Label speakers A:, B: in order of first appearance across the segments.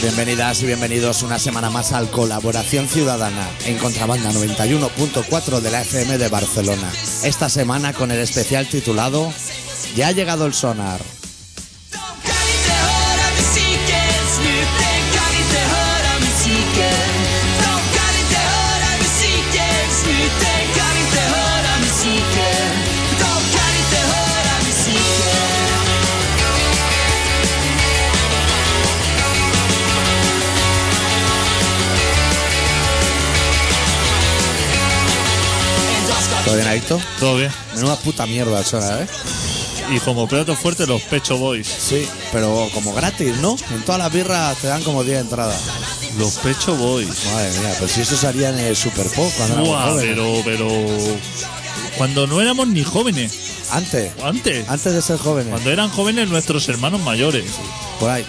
A: Bienvenidas y bienvenidos una semana más al Colaboración Ciudadana en Contrabanda 91.4 de la FM de Barcelona. Esta semana con el especial titulado Ya ha llegado el sonar. ¿Todo bien, Adicto?
B: Todo bien.
A: Menuda puta mierda el sonar, ¿eh?
B: Y como plato fuerte, los Pecho Boys.
A: Sí, pero como gratis, ¿no? En todas las birras te dan como 10 entradas.
B: Los Pecho Boys.
A: Madre mía, pero si eso salía en el Super Pop cuando éramos
B: Buah,
A: jóvenes.
B: pero, pero. Cuando no éramos ni jóvenes,
A: Antes,
B: antes.
A: antes de ser jóvenes,
B: Cuando eran jóvenes nuestros hermanos mayores.
A: por ahí.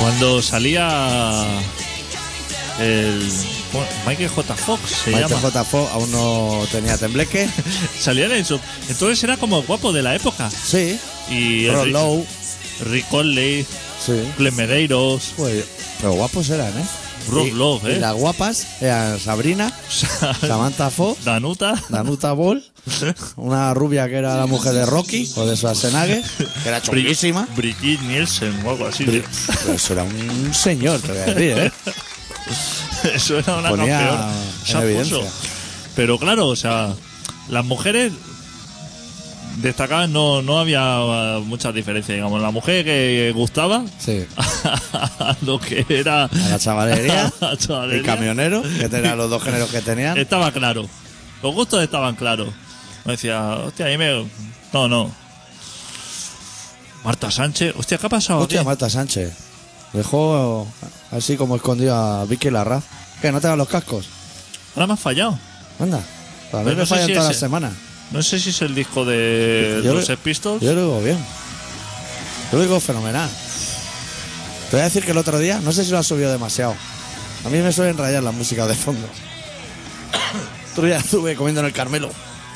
B: Cuando salía. El. bueno, Michael J. Fox se
A: Maite
B: llama.
A: J. Fo aún no tenía tembleque.
B: Salía en eso. Entonces era como el guapo de la época.
A: Sí.
B: Y.
A: Rob
B: Enrique-
A: Lowe.
B: Rick Conley,
A: Sí.
B: Clemereiros.
A: Pues, pero guapos eran, ¿eh?
B: Rob
A: Y-
B: Lowe, ¿eh?
A: Y las guapas eran Sabrina, Samantha Fox,
B: Danuta.
A: Danuta Ball, una rubia que era la mujer de Rocky o de Schwarzenegger, que era chulísima.
B: Bri- Brigitte Nielsen o algo así.
A: Pero eso era un señor, te voy a decir, ¿eh?
B: Eso era una
A: Ponía
B: campeona.
A: en
B: Se ha puesto.
A: evidencia.
B: Pero claro, o sea, las mujeres destacadas no, no había eh, muchas diferencias, digamos. La mujer que gustaba
A: Sí.
B: a lo que era
A: A la chavalería,
B: a la chavalería,
A: el camionero, que tenían los dos géneros que tenían.
B: estaba claro. Los gustos estaban claros. Me decía, hostia, a mí me... No, no. Marta Sánchez, hostia, ¿qué ha pasado?
A: Hostia,
B: aquí?
A: Marta Sánchez. Dejó así como escondido a Vicky Larraz. Que no te hagan los cascos.
B: Ahora me has fallado.
A: Anda. A mí
B: Pero
A: me
B: no sé
A: fallan
B: si
A: todas
B: ese-
A: las semanas.
B: No sé si es el disco de
A: Yo
B: los
A: lo-
B: Sex Pistols.
A: Yo lo digo bien. Yo lo digo fenomenal. Te voy a decir que el otro día, no sé si lo has subido demasiado. A mí me suelen rayar las músicas de fondo. Otro día estuve comiendo en el Carmelo.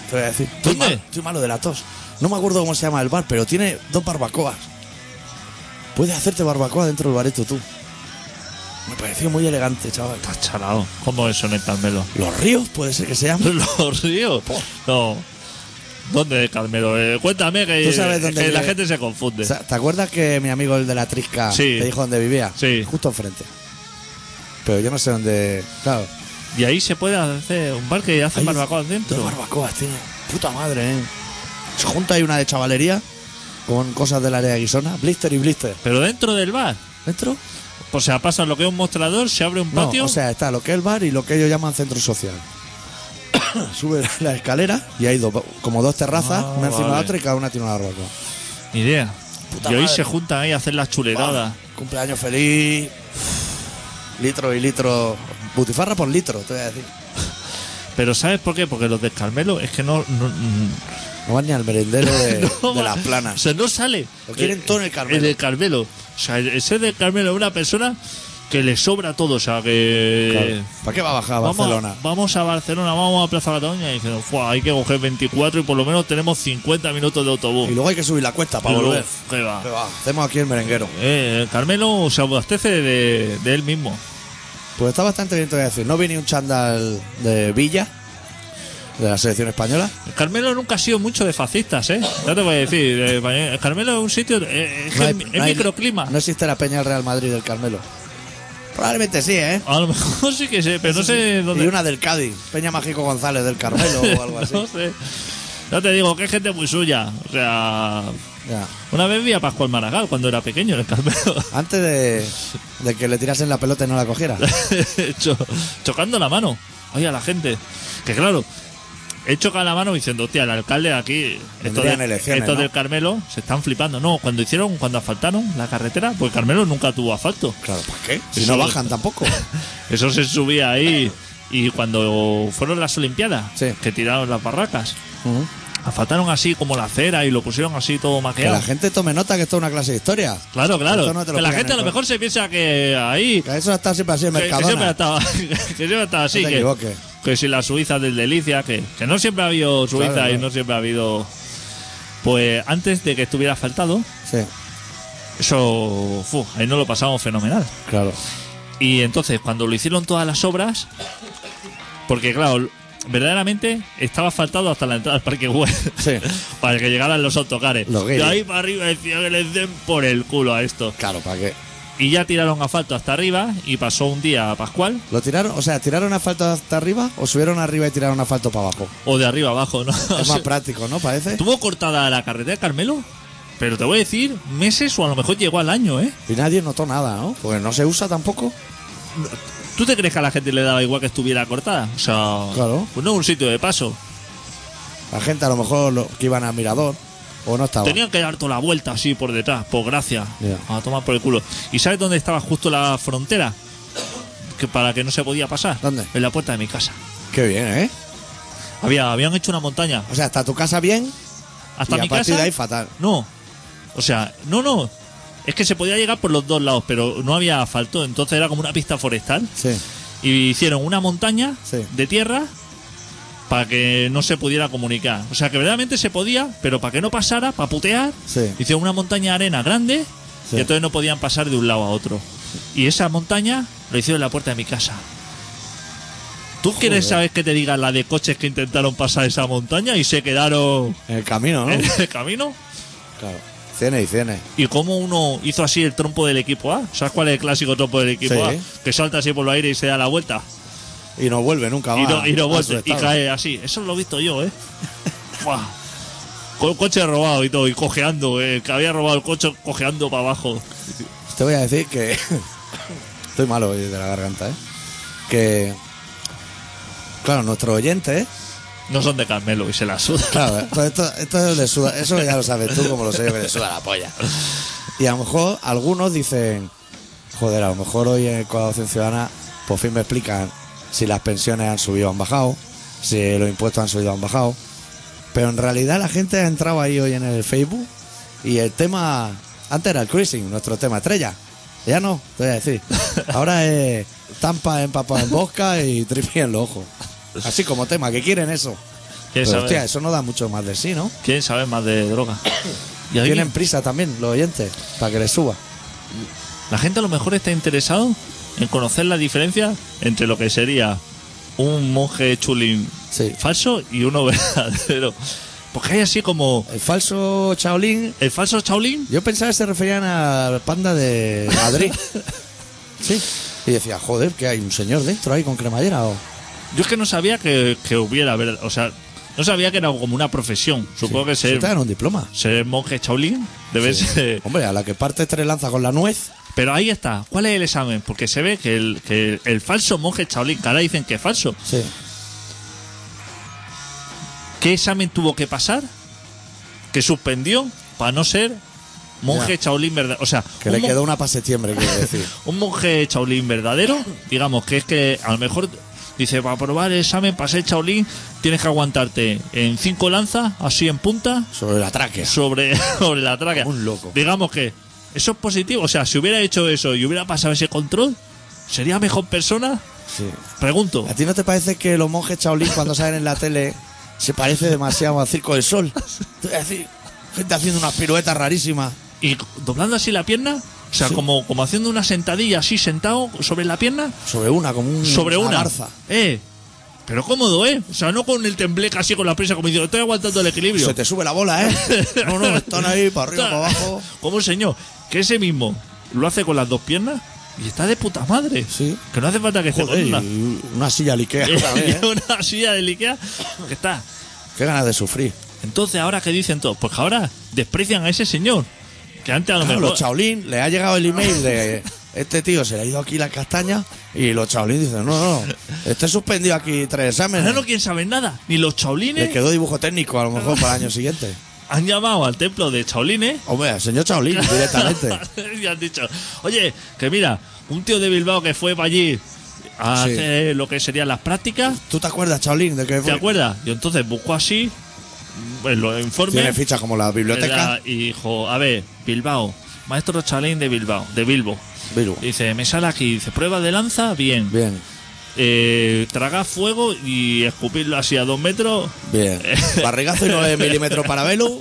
A: Te voy a decir. Estoy
B: ¿Dónde?
A: mal- estoy malo de la tos. No me acuerdo cómo se llama el bar, pero tiene dos barbacoas. Puedes hacerte barbacoa dentro del bareto tú. Me pareció muy elegante, chaval.
B: Estás chalado. ¿Cómo es en el Carmelo?
A: Los ríos, puede ser que se llamen.
B: Los ríos. No. ¿Dónde, Carmelo? Eh, cuéntame que,
A: Tú sabes dónde
B: que la
A: vive.
B: gente se confunde.
A: O sea, ¿Te acuerdas que mi amigo el de la trisca
B: Sí.
A: te dijo dónde vivía?
B: Sí.
A: Justo enfrente. Pero yo no sé dónde. Claro.
B: y ahí se puede hacer un bar que hace
A: Ahí-
B: barbacoa
A: Dos
B: dentro.
A: barbacoas, tío. Puta madre, eh. Se junta ahí una de chavalería con cosas del área de Guisona. Blister y blister.
B: Pero dentro del bar.
A: ¿Dentro?
B: O sea, pasa lo que es un mostrador, se abre un
A: No,
B: patio.
A: o sea, está lo que es el bar y lo que ellos llaman centro social. Sube la escalera y hay dos, como dos terrazas,
B: Ah,
A: una encima de la
B: vale.
A: otra y cada una tiene una barbacoa.
B: Ni idea.
A: Puta
B: y hoy
A: madre.
B: se juntan ahí a hacer las chuletadas.
A: Cumpleaños feliz. Litro y litro. Butifarra por litro, te voy a decir.
B: Pero ¿sabes por qué? Porque los de Carmelo es que no. no- mm,
A: No van ni al merendero de,
B: no
A: Eh, de
B: va.
A: las
B: O
A: planas.
B: sea, no sale.
A: Lo quieren todo en el Carmelo.
B: En el Carmelo. O sea, ese del Carmelo es una persona que le sobra todo. O sea, que.
A: Claro. ¿Para qué va a bajar a
B: Vamos,
A: Barcelona?
B: vamos a Barcelona, vamos a Plaza Cataluña y diciendo, "Fua, hay que coger 24 y por lo menos tenemos 50 minutos de autobús.
A: Y luego hay que subir la cuesta para
B: Pero,
A: volver.
B: ¿qué va?
A: Que va, Hacemos aquí el merenguero.
B: Eh, Carmelo se abastece de, de él mismo.
A: Pues está bastante bien, te voy a decir. No vi ni un chándal de Villa, de la selección española.
B: Carmelo nunca ha sido mucho de fascistas, ¿eh? Ya te voy a decir. eh, pa- eh, Carmelo es un sitio. eh, es
A: No
B: que
A: hay-
B: es
A: no hay-
B: microclima.
A: No existe la Peña del Real Madrid del Carmelo. Probablemente sí, ¿eh?
B: A lo mejor sí que sé, pero no sé dónde.
A: Y una del Cádiz, Peña Mágico González del Carmelo o algo así.
B: no sé. Ya te digo que es gente muy suya. O sea.
A: Ya.
B: Una vez vi a Pascual Maragall cuando era pequeño en el Carmelo.
A: Antes de, de que le tirasen la pelota y no la cogiera.
B: Cho- chocando la mano. Oye, a la gente. Que claro, he chocado la mano diciendo, hostia, el alcalde de aquí, estos,
A: Vendrían
B: de-
A: elecciones,
B: estos
A: ¿no?
B: del Carmelo, se están flipando. No, cuando hicieron, cuando asfaltaron la carretera, pues Carmelo nunca tuvo asfalto.
A: Claro, ¿para qué? Si
B: Eso-
A: no bajan tampoco.
B: Eso se subía ahí. Y cuando fueron las Olimpiadas,
A: Sí.
B: que tiraron las barracas,
A: Ujú.
B: asfaltaron así como la acera y lo pusieron así todo
A: Que
B: maqueado.
A: la gente tome nota que esto es una clase de historia.
B: Claro, claro.
A: Esto no te lo
B: que la
A: explican
B: gente a lo
A: en el-
B: mejor se piensa que ahí.
A: Que eso está siempre así en
B: Que, que siempre ha
A: Mercadona.
B: estado, que siempre ha estado así.
A: te
B: que,
A: equivoques.
B: que si la Suiza del Delicia, que, que no siempre ha habido Suiza
A: Claro,
B: y
A: claro.
B: no siempre ha habido. Pues antes de que estuviera asfaltado,
A: Sí,
B: eso. fu, ahí no lo pasamos fenomenal.
A: claro.
B: Y entonces, cuando lo hicieron todas las obras, porque claro, verdaderamente estaba faltado hasta la entrada al parque web
A: Sí.
B: para que llegaran los autocares.
A: Los
B: y
A: guiris.
B: ahí para arriba decía que les den por el culo a esto.
A: Claro, ¿para qué?
B: Y ya tiraron asfalto hasta arriba y pasó un día a Pascual,
A: ¿Lo tiraron? O sea, ¿tiraron asfalto hasta arriba o subieron arriba y tiraron asfalto para abajo?
B: o de arriba abajo, ¿no? O
A: Es más
B: sea,
A: práctico, ¿no? Parece.
B: Tuvo cortada la carretera Carmelo, pero te voy a decir meses o a lo mejor llegó al año, ¿eh?
A: Y nadie notó nada, ¿no? Porque no se usa tampoco.
B: ¿Tú te crees que a la gente le daba igual que estuviera cortada? O sea,
A: Claro. Ah,
B: pues no es un sitio de paso.
A: La gente a lo mejor lo- que iban al mirador o no estaba.
B: Tenían que dar toda la vuelta así por detrás, por gracia.
A: Ya.
B: A tomar por el culo. ¿Y sabes dónde estaba justo la frontera? Que para que no se podía pasar.
A: ¿Dónde?
B: En la puerta de mi casa.
A: Qué bien, ¿eh?
B: Había, habían hecho una montaña.
A: O sea, hasta tu casa bien
B: Hasta
A: y
B: mi
A: a partir
B: casa.
A: de ahí fatal.
B: No. O sea, no, no. Es que se podía llegar por los dos lados, pero no había asfalto. Entonces era como una pista forestal.
A: Sí.
B: Y hicieron una montaña
A: Sí.
B: de tierra para que no se pudiera comunicar. O sea, que verdaderamente se podía, pero para que no pasara, para putear,
A: Sí.
B: hicieron una montaña de arena grande
A: Sí.
B: y entonces no podían pasar de un lado a otro. Y esa montaña lo hicieron en la puerta de mi casa. ¿Tú quieres saber que te diga la de coches que intentaron pasar esa montaña y se quedaron
A: En el camino, ¿no?
B: en el camino?
A: claro. Cienes y cienes.
B: ¿Y cómo uno hizo así el trompo del equipo A? ¿Sabes cuál es el clásico trompo del equipo
A: Sí.
B: A? Que salta así por el aire y se da la vuelta.
A: Y no vuelve nunca
B: y
A: más.
B: no, y no
A: a
B: vuelve,
A: su
B: y
A: estado.
B: cae así. Eso lo he visto yo, ¿eh? Buah. Con el coche robado y todo, y cojeando, eh, el que había robado el coche cojeando para abajo.
A: Te voy a decir que. Estoy malo hoy de la garganta, ¿eh? Que. Claro, nuestros oyentes, ¿eh?
B: No son de Carmelo y se la suda.
A: Claro, ¿eh? Pues esto, esto es de suda- eso ya lo sabes tú, como lo sé yo, que le suda la polla. Y a lo mejor algunos dicen, joder, a lo mejor hoy en Colaboración Ciudadana por fin me explican si las pensiones han subido o han bajado, si los impuestos han subido o han bajado. Pero en realidad la gente ha entrado ahí hoy en el Facebook y el tema, antes era el cruising, nuestro tema estrella. Ya no, te voy a decir. Ahora es tampa empapada en bosca y tripi en los ojos. Así como tema, que quieren eso.
B: ¿Quién
A: Pero,
B: sabe,
A: hostia, eso no da mucho más de sí, ¿no?
B: quién sabe más de droga? Y ahí
A: Tienen prisa también los oyentes para que les suba.
B: la gente a lo mejor está interesado en conocer la diferencia entre lo que sería un monje chulín
A: Sí.
B: falso y uno verdadero. Porque hay así como
A: El falso Shaolin,
B: el falso chaulín
A: yo pensaba que se referían al panda de Madrid. sí. Y decía, joder, que hay un señor dentro ahí con cremallera. O...
B: Yo es que no sabía que, que hubiera, ¿verdad? o sea, no sabía que era como una profesión. Supongo que
A: Sí,
B: ser,
A: Te dan un diploma.
B: ser monje Shaolin debe ser.
A: Hombre, a la que parte tres lanza con la nuez.
B: Pero ahí está. ¿Cuál es el examen? Porque se ve que el, que el falso monje Shaolin, que ahora dicen que es falso,
A: Sí.
B: ¿qué examen tuvo que pasar? Que suspendió para no ser monje Shaolin verdadero. O sea,
A: Que
B: un,
A: le
B: mon-
A: quedó una para septiembre, quiero decir.
B: un monje Shaolin verdadero, digamos que es que a lo mejor. Dice, para probar el examen, para ser Shaolin, tienes que aguantarte en cinco lanzas, así en punta,
A: Sobre el atraque.
B: sobre, sobre la tráquea.
A: Como un loco.
B: Digamos que eso es positivo. O sea, si hubiera hecho eso y hubiera pasado ese control, ¿sería mejor persona?
A: Sí.
B: Pregunto.
A: ¿A ti no te parece que los monjes Shaolin cuando salen en la tele se parece demasiado al Circo del Sol? Te voy a decir, gente haciendo unas piruetas rarísimas.
B: Y doblando así la pierna, o sea,
A: Sí.
B: como, como haciendo una sentadilla así sentado sobre la pierna,
A: Sobre una, como un,
B: sobre una.
A: garza.
B: Eh. Pero cómodo, ¿eh? O sea, no con el tembleque así con la presa, como diciendo, estoy aguantando el equilibrio.
A: Se te sube la bola, ¿eh? No, no, están ahí para arriba, para abajo.
B: Como un señor que ese mismo lo hace con las dos piernas y está de puta madre.
A: Sí.
B: Que no hace falta que esté con
A: Joder,
B: una.
A: y una silla liquea. ¿eh?
B: Y una silla de Ikea que está.
A: Qué ganas de sufrir.
B: Entonces, ¿ahora qué dicen todos? Pues que ahora desprecian a ese señor. Que antes a lo
A: Claro,
B: mejor.
A: los Shaolin, le ha llegado el email de Este tío se le ha ido aquí la castaña y los chaolines dicen, no, no, no, este suspendió aquí tres
B: Ahora
A: exámenes.
B: Ah, no quieren saber nada. Ni los chaolines
A: Le quedó dibujo técnico a lo mejor para el año siguiente.
B: han llamado al templo de chaolines
A: Hombre, al señor chaolín directamente.
B: y han dicho, oye, que mira, un tío de Bilbao que fue para allí a
A: Sí.
B: hacer lo que serían las prácticas,
A: ¿Tú te acuerdas, chaolín, de que
B: ¿te
A: fue?
B: acuerdas? Y entonces buscó así en los
A: Tiene
B: informes
A: fichas como la biblioteca.
B: ¿verdad? y dijo, a ver, Bilbao, maestro chaolín de Bilbao, de Bilbo.
A: Bilbo.
B: Dice, me sale aquí, dice, prueba de lanza, bien.
A: Bien,
B: Eh, tragar fuego y escupirlo así a dos metros,
A: bien. Barrigazo y 9 milímetros para Belu.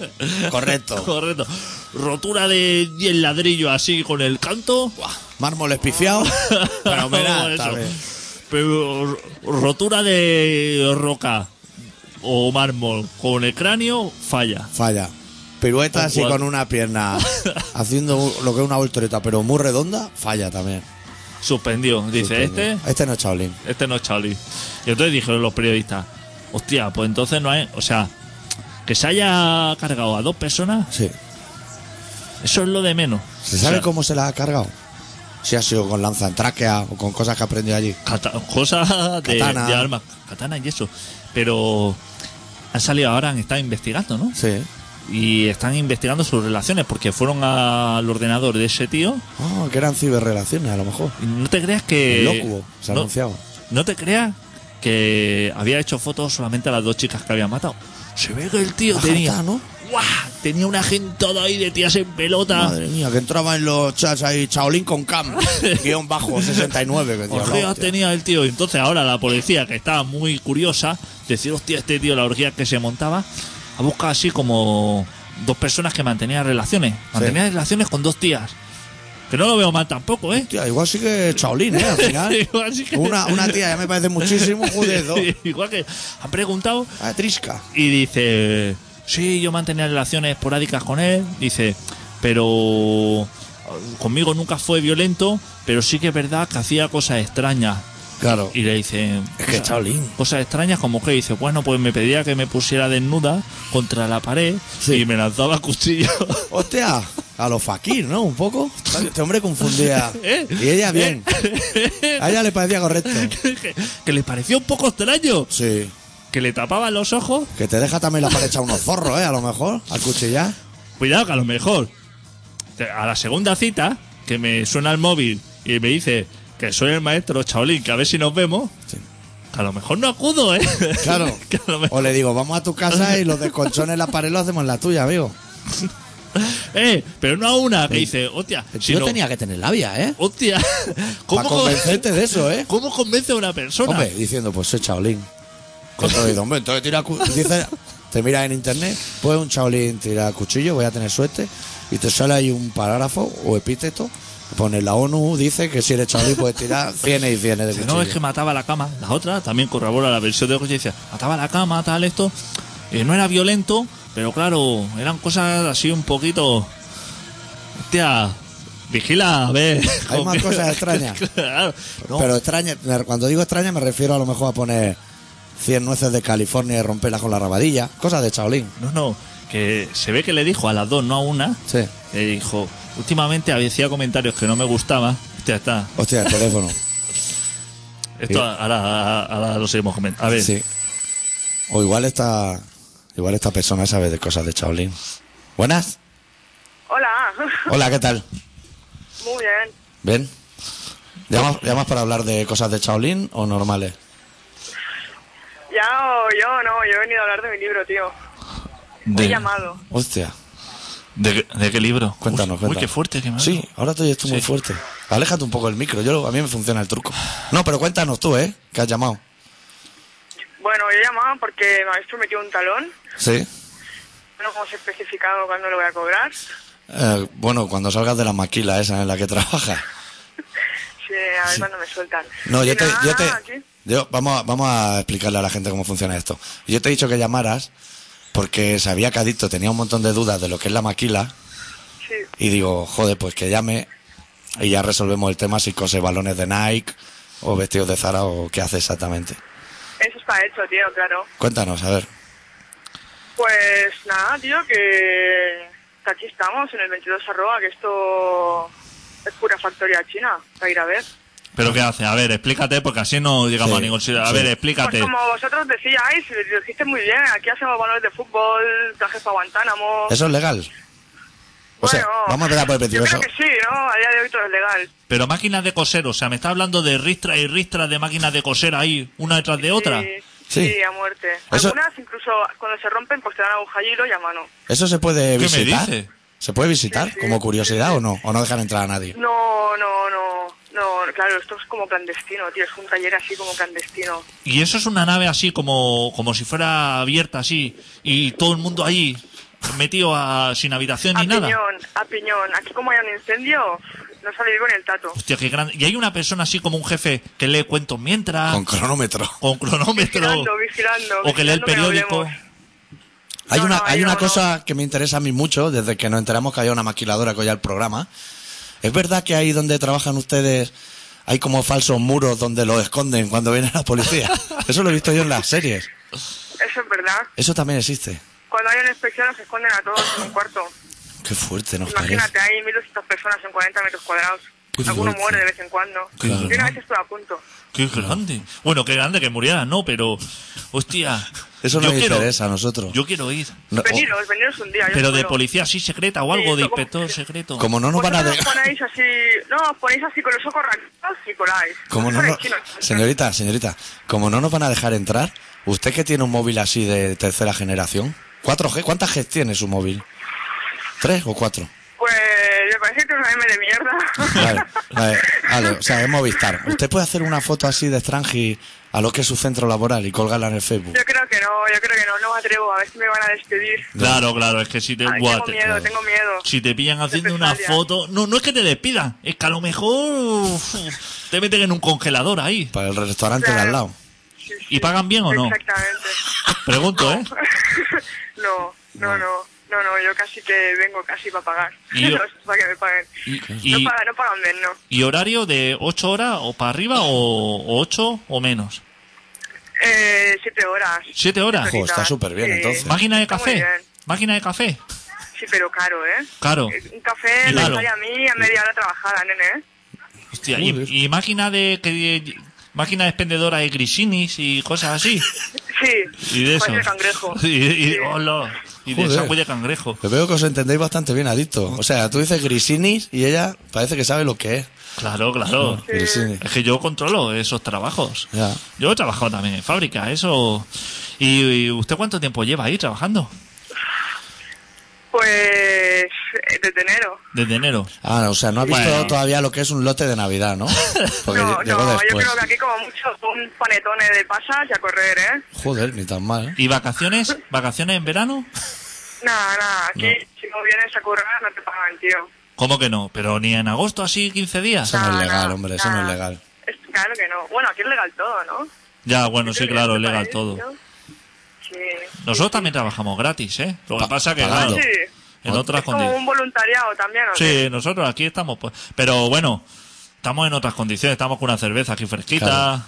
A: Correcto.
B: correcto. Rotura de 10 ladrillos así con el canto. Buah.
A: Mármol espiciado. Fenomenal,
B: Eso.
A: también.
B: Pero ro- rotura de roca o mármol con el cráneo falla.
A: Falla. Pirueta
B: Con
A: así
B: cuatro.
A: con una pierna haciendo un- lo que es una voltereta, pero muy redonda, falla también.
B: Suspendió. Dice,
A: Suspendido. Este no es Shaolin.
B: este, este no es Charlie. Y entonces dijeron los periodistas, hostia, pues entonces no hay, o sea, que se haya cargado a dos personas,
A: Sí.
B: eso es lo de menos.
A: ¿Se
B: O
A: sabe
B: sea,
A: cómo se la ha cargado? Si ha sido con lanza en tráquea o con cosas que aprendió allí.
B: cata- cosas de, de
A: Katana.
B: armas, katana y eso. Pero han salido ahora, han estado investigando, ¿no?
A: Sí.
B: y están investigando sus relaciones porque fueron al ordenador de ese tío
A: Ah, que eran ciberrelaciones a lo mejor.
B: y no te creas que
A: El locuo se ha
B: Eh, no,
A: anunciado.
B: no te creas que había hecho fotos solamente a las dos chicas que había matado se ve que el tío
A: La
B: tenía
A: jata, ¿no?
B: ¡guau! tenía una gente toda ahí de tías en pelota
A: Madre mía, que entraba en los chats ahí, Shaolin con Cam, guión bajo 69. Que decía,
B: Orgías
A: no, tío.
B: tenía el tío. Y entonces ahora la policía, que estaba muy curiosa, decir, hostia, este tío, la orgía que se montaba, ha buscado así como dos personas que mantenían relaciones. Mantenían relaciones con dos tías. Que no lo veo mal tampoco, ¿eh?
A: Tío, igual sí que Shaolin, ¿eh? Al final.
B: Igual sí que-
A: una, una tía ya me parece muchísimo, joder, dos.
B: Igual que han preguntado
A: Ah, trisca.
B: y dice, sí, yo mantenía relaciones esporádicas con él, dice, pero conmigo nunca fue violento, pero sí que es verdad que hacía cosas extrañas.
A: Claro.
B: Y le dicen
A: Es que Shaolin.
B: cosas extrañas como que dice, bueno, pues me pedía que me pusiera desnuda contra la pared
A: Sí.
B: y me lanzaba cuchillo.
A: Hostia, a los fakir, ¿no? Un poco. Este hombre confundía.
B: ¿Eh?
A: Y ella bien. A ella le parecía correcto.
B: que, que le pareció un poco extraño,
A: Sí.
B: que le tapaba los ojos.
A: Que te deja también la pared echar unos zorros, ¿eh? A lo mejor. Al cuchillar.
B: Cuidado que a lo mejor te- a la segunda cita que me suena el móvil y me dice que soy el maestro Chaolín, que a ver si nos vemos.
A: Sí.
B: Que a lo mejor no acudo, ¿eh?
A: Claro.
B: Que a lo mejor-
A: O le digo, vamos a tu casa y los descolchones en la pared los hacemos en la tuya, amigo.
B: Eh, pero no a una que dice, hostia, si
A: Yo
B: no-
A: tenía que tener labia, ¿eh?
B: Hostia,
A: Para
B: ¿cómo, con-
A: convencerte de eso, ¿eh?
B: ¿cómo convence a una persona?
A: Hombre, diciendo, pues soy chaolín. Entonces, hombre, entonces tira cu- dice, te miras en internet, pues un chaolín tira cuchillo, voy a tener suerte, y te sale ahí un parágrafo o epíteto, pone la ONU, dice que si eres chaolín puedes tirar cienes y cienes de
B: Dice,
A: cuchillo.
B: no, es que mataba la cama. La otra también corrobora la versión de José. Dice, mataba la cama, tal, esto. Eh, no era violento, pero claro, eran cosas así un poquito. Hostia, vigila, a ver.
A: Hay más
B: Como-
A: cosas extrañas.
B: claro, no,
A: Pero extraña, me- cuando digo extraña me refiero a lo mejor a poner 100 nueces de California y romperlas con la rabadilla, cosas de chaolín.
B: no, no, Que se ve que le dijo a las dos, no a una.
A: Sí.
B: Le dijo, últimamente hacía comentarios que no me gustaban. Hostia, está.
A: Hostia, el teléfono. Sí.
B: Esto ahora, ahora lo seguimos comentando. A ver.
A: Sí. O igual esta, igual esta persona sabe de cosas de chaolín. Buenas.
C: Hola,
A: Hola, ¿qué tal?
C: muy bien.
A: ¿Ven? ¿Llamas, llamas para hablar de cosas de Shaolin o normales?
C: Ya o yo no, yo he venido a hablar de mi libro, tío. He
B: De,
C: llamado.
A: Hostia,
B: de- de qué libro?
A: cuéntanos,
B: Uy,
A: cuéntanos.
B: Uy, qué fuerte, qué mal.
A: Sí, ahora estoy, estoy muy
B: Sí.
A: fuerte. Aléjate un poco el micro, yo, a mí me funciona el truco. No, pero cuéntanos tú, ¿eh? Que has llamado.
C: Bueno, yo he llamado porque me habéis prometido un talón.
A: Sí.
C: No hemos especificado cuándo lo voy a cobrar.
A: Eh, bueno, cuando salgas de la maquila esa en la que trabajas.
C: Sí, a ver cuándo me sueltan.
A: No,
C: Y
A: yo te,
C: nada,
A: yo te,
C: aquí.
A: yo- vamos, a, vamos a explicarle a la gente cómo funciona esto. Yo te he dicho que llamaras porque sabía que Adicto tenía un montón de dudas de lo que es la maquila
C: Sí,
A: y digo, joder, pues que llame y ya resolvemos el tema si cose balones de Nike o vestidos de Zara o qué hace exactamente.
C: eso está hecho, tío, claro.
A: Cuéntanos, a ver.
C: Pues nada, tío, que, que aquí estamos en el 22 arroba, que esto es pura factoría china, para ir a ver.
B: ¿Pero qué hace? A ver, explícate, porque así no llegamos
A: Sí.
B: a ningún sitio. A ver,
C: Pues
B: explícate.
C: como vosotros decíais, lo dijiste muy bien, aquí hacemos balones de fútbol, trajes para Guantánamo.
A: Eso es legal. O sea,
C: Bueno,
A: vamos a empezar por el
C: Yo
A: principio.
C: creo
A: Eso-
C: que sí, ¿no? A día de hoy todo es legal.
B: Pero máquinas de coser, o sea, me está hablando de ristras y ristras de máquinas de coser ahí, una detrás de otra.
C: Sí,
A: Sí.
C: sí, a muerte.
A: Eso-
C: Algunas incluso cuando se rompen pues te dan aguja hilo y a mano.
A: ¿Eso se puede
B: me
A: visitar?
B: dice?
A: ¿Se puede visitar
C: Sí, sí.
A: como curiosidad o no? ¿O no dejan entrar a nadie?
C: No, no, no, no, claro, esto es como clandestino, tío, es un taller así como clandestino.
B: Y eso es una nave así, como, como si fuera abierta así, y todo el mundo ahí, metido a- sin habitación
C: A
B: ni nada.
C: piñón, a piñón. Aquí como hay un incendio, no salís con el tato.
B: Hostia, qué grande. Y hay una persona así como un jefe que lee cuentos mientras,
A: Con
B: con,
A: cronómetro.
B: cronómetro,
C: Vigilando, vigilando.
B: o que lee el
C: vigilando que
B: periódico.
C: hablemos.
A: Hay
C: No,
A: una,
C: no,
A: hay
C: yo
A: una
C: no.
A: cosa que me interesa a mí mucho, desde que nos enteramos que había una maquiladora que oía el programa. ¿Es verdad que ahí donde trabajan ustedes hay como falsos muros donde los esconden cuando viene la policía? Eso lo he visto yo en las series.
C: Eso es verdad.
A: Eso también existe.
C: Cuando hay una inspección nos esconden a todos en un cuarto.
A: Qué fuerte nos parece.
C: Imagínate, hay 1.200 personas en 40 metros cuadrados.
A: Qué
C: Alguno
A: fuerte.
C: muere de vez en cuando.
B: Claro.
C: Yo una vez estuve a punto.
B: Qué grande. Bueno, qué grande que muriera, no, pero, hostia.
A: Eso
B: yo
A: nos
B: quiero-
A: interesa a nosotros.
B: Yo quiero ir.
A: No, o-
C: Veniros, veniros un día. yo
B: Pero
C: os
B: de
C: juro.
B: policía así secreta o
C: Sí,
B: algo, de
C: eso como-
B: inspector secreto.
A: como no nos van a
C: Vosotros
A: dejar...
C: os ponéis así, no, os ponéis así con los ojos rasgados y coláis.
A: Como no,
C: Sois
A: no-
C: chinos.
A: señorita, señorita, como no nos van a dejar entrar, usted que tiene un móvil así de tercera generación, 4G, ¿cuántas G tiene su móvil? ¿Tres o cuatro?
C: Pues me parece que es una M de mierda.
A: Vale, vale, vale, o sea, es Movistar. Usted puede hacer una foto así de Strangi a lo que es su centro laboral y colgarla en el Facebook.
C: Yo creo que no, yo creo que no, no me atrevo, a ver si me van a despedir.
B: Claro, claro, es que si te,
C: Ay,
B: buah,
C: tengo
B: te-
C: miedo, tengo miedo.
B: si te pillan haciendo una
C: Represalia.
B: foto, no, no es que te despidan, es que a lo mejor uf, te meten en un congelador ahí.
A: Para el restaurante de al
C: Claro.
A: lado.
C: Sí, sí.
B: ¿Y pagan bien o no?
C: Exactamente.
B: Pregunto, ¿eh?
C: no, no, no, no, no, yo casi que vengo casi para pagar.
B: Y yo-
C: para que me paguen.
A: Pues
B: Y, y-
C: No, pagan, no pagan bien, no.
B: y horario de 8 horas o para arriba o 8 o menos.
C: Eh, siete horas.
B: 7 horas.
A: Jo, está superbién,
C: Sí.
A: entonces.
B: Máquina de
C: Está muy
B: café.
C: bien.
B: Máquina de café.
C: Sí, pero caro, ¿eh?
B: Claro.
C: Un café
B: Y
C: me
B: claro.
C: sale a mí a media hora trabajada, nene, ¿eh?
B: Hostia, y, y máquina de que máquina expendedora de grisinis y cosas así.
C: Sí.
B: Y de eso.
C: Coño de cangrejo.
B: Y, y- hola. Y de
A: Joder.
B: sacue de cangrejo.
A: Te veo que os entendéis bastante bien, adicto. O sea, tú dices Grisinis y ella parece que sabe lo que es.
B: Claro, claro.
A: Grisinis.
B: Es que yo controlo esos trabajos.
A: Ya.
B: Yo he trabajado también en fábrica, eso. ¿Y, y usted cuánto tiempo lleva ahí trabajando?
C: Pues eh, desde enero.
B: Desde enero.
A: Ah, o sea, no ha visto
B: Bueno.
A: todavía lo que es un lote de Navidad, ¿no? Porque
C: no,
A: llegó
C: no, yo
A: después.
C: creo que aquí como mucho un panetone de pasas y a correr, ¿eh?
A: Joder, ni tan mal. ¿eh?
B: ¿Y vacaciones? ¿Vacaciones en verano?
C: Nada, nada, aquí si no vienes a currar no te pagan, tío.
B: ¿Cómo que no? ¿Pero ni en agosto así 15 días?
A: Eso no es
C: Nada,
A: legal,
C: nada,
A: hombre, eso no es
C: nada.
A: legal.
C: Es- claro que no. Bueno, aquí es legal todo, ¿no?
B: Ya, bueno,
C: Yo
B: sí,
C: creo que
B: claro,
C: en este
B: legal
C: país,
B: todo.
C: ¿no? Sí.
B: Nosotros también trabajamos gratis, ¿eh? Lo que
A: Pa-
B: pasa que,
A: pagando.
B: claro,
C: Sí,
B: en otras
C: como
B: condiciones.
C: un voluntariado también, ¿o qué?
B: Sí, nosotros aquí estamos, pues. Pero bueno, estamos en otras condiciones, estamos con una cerveza aquí fresquita,
A: Claro.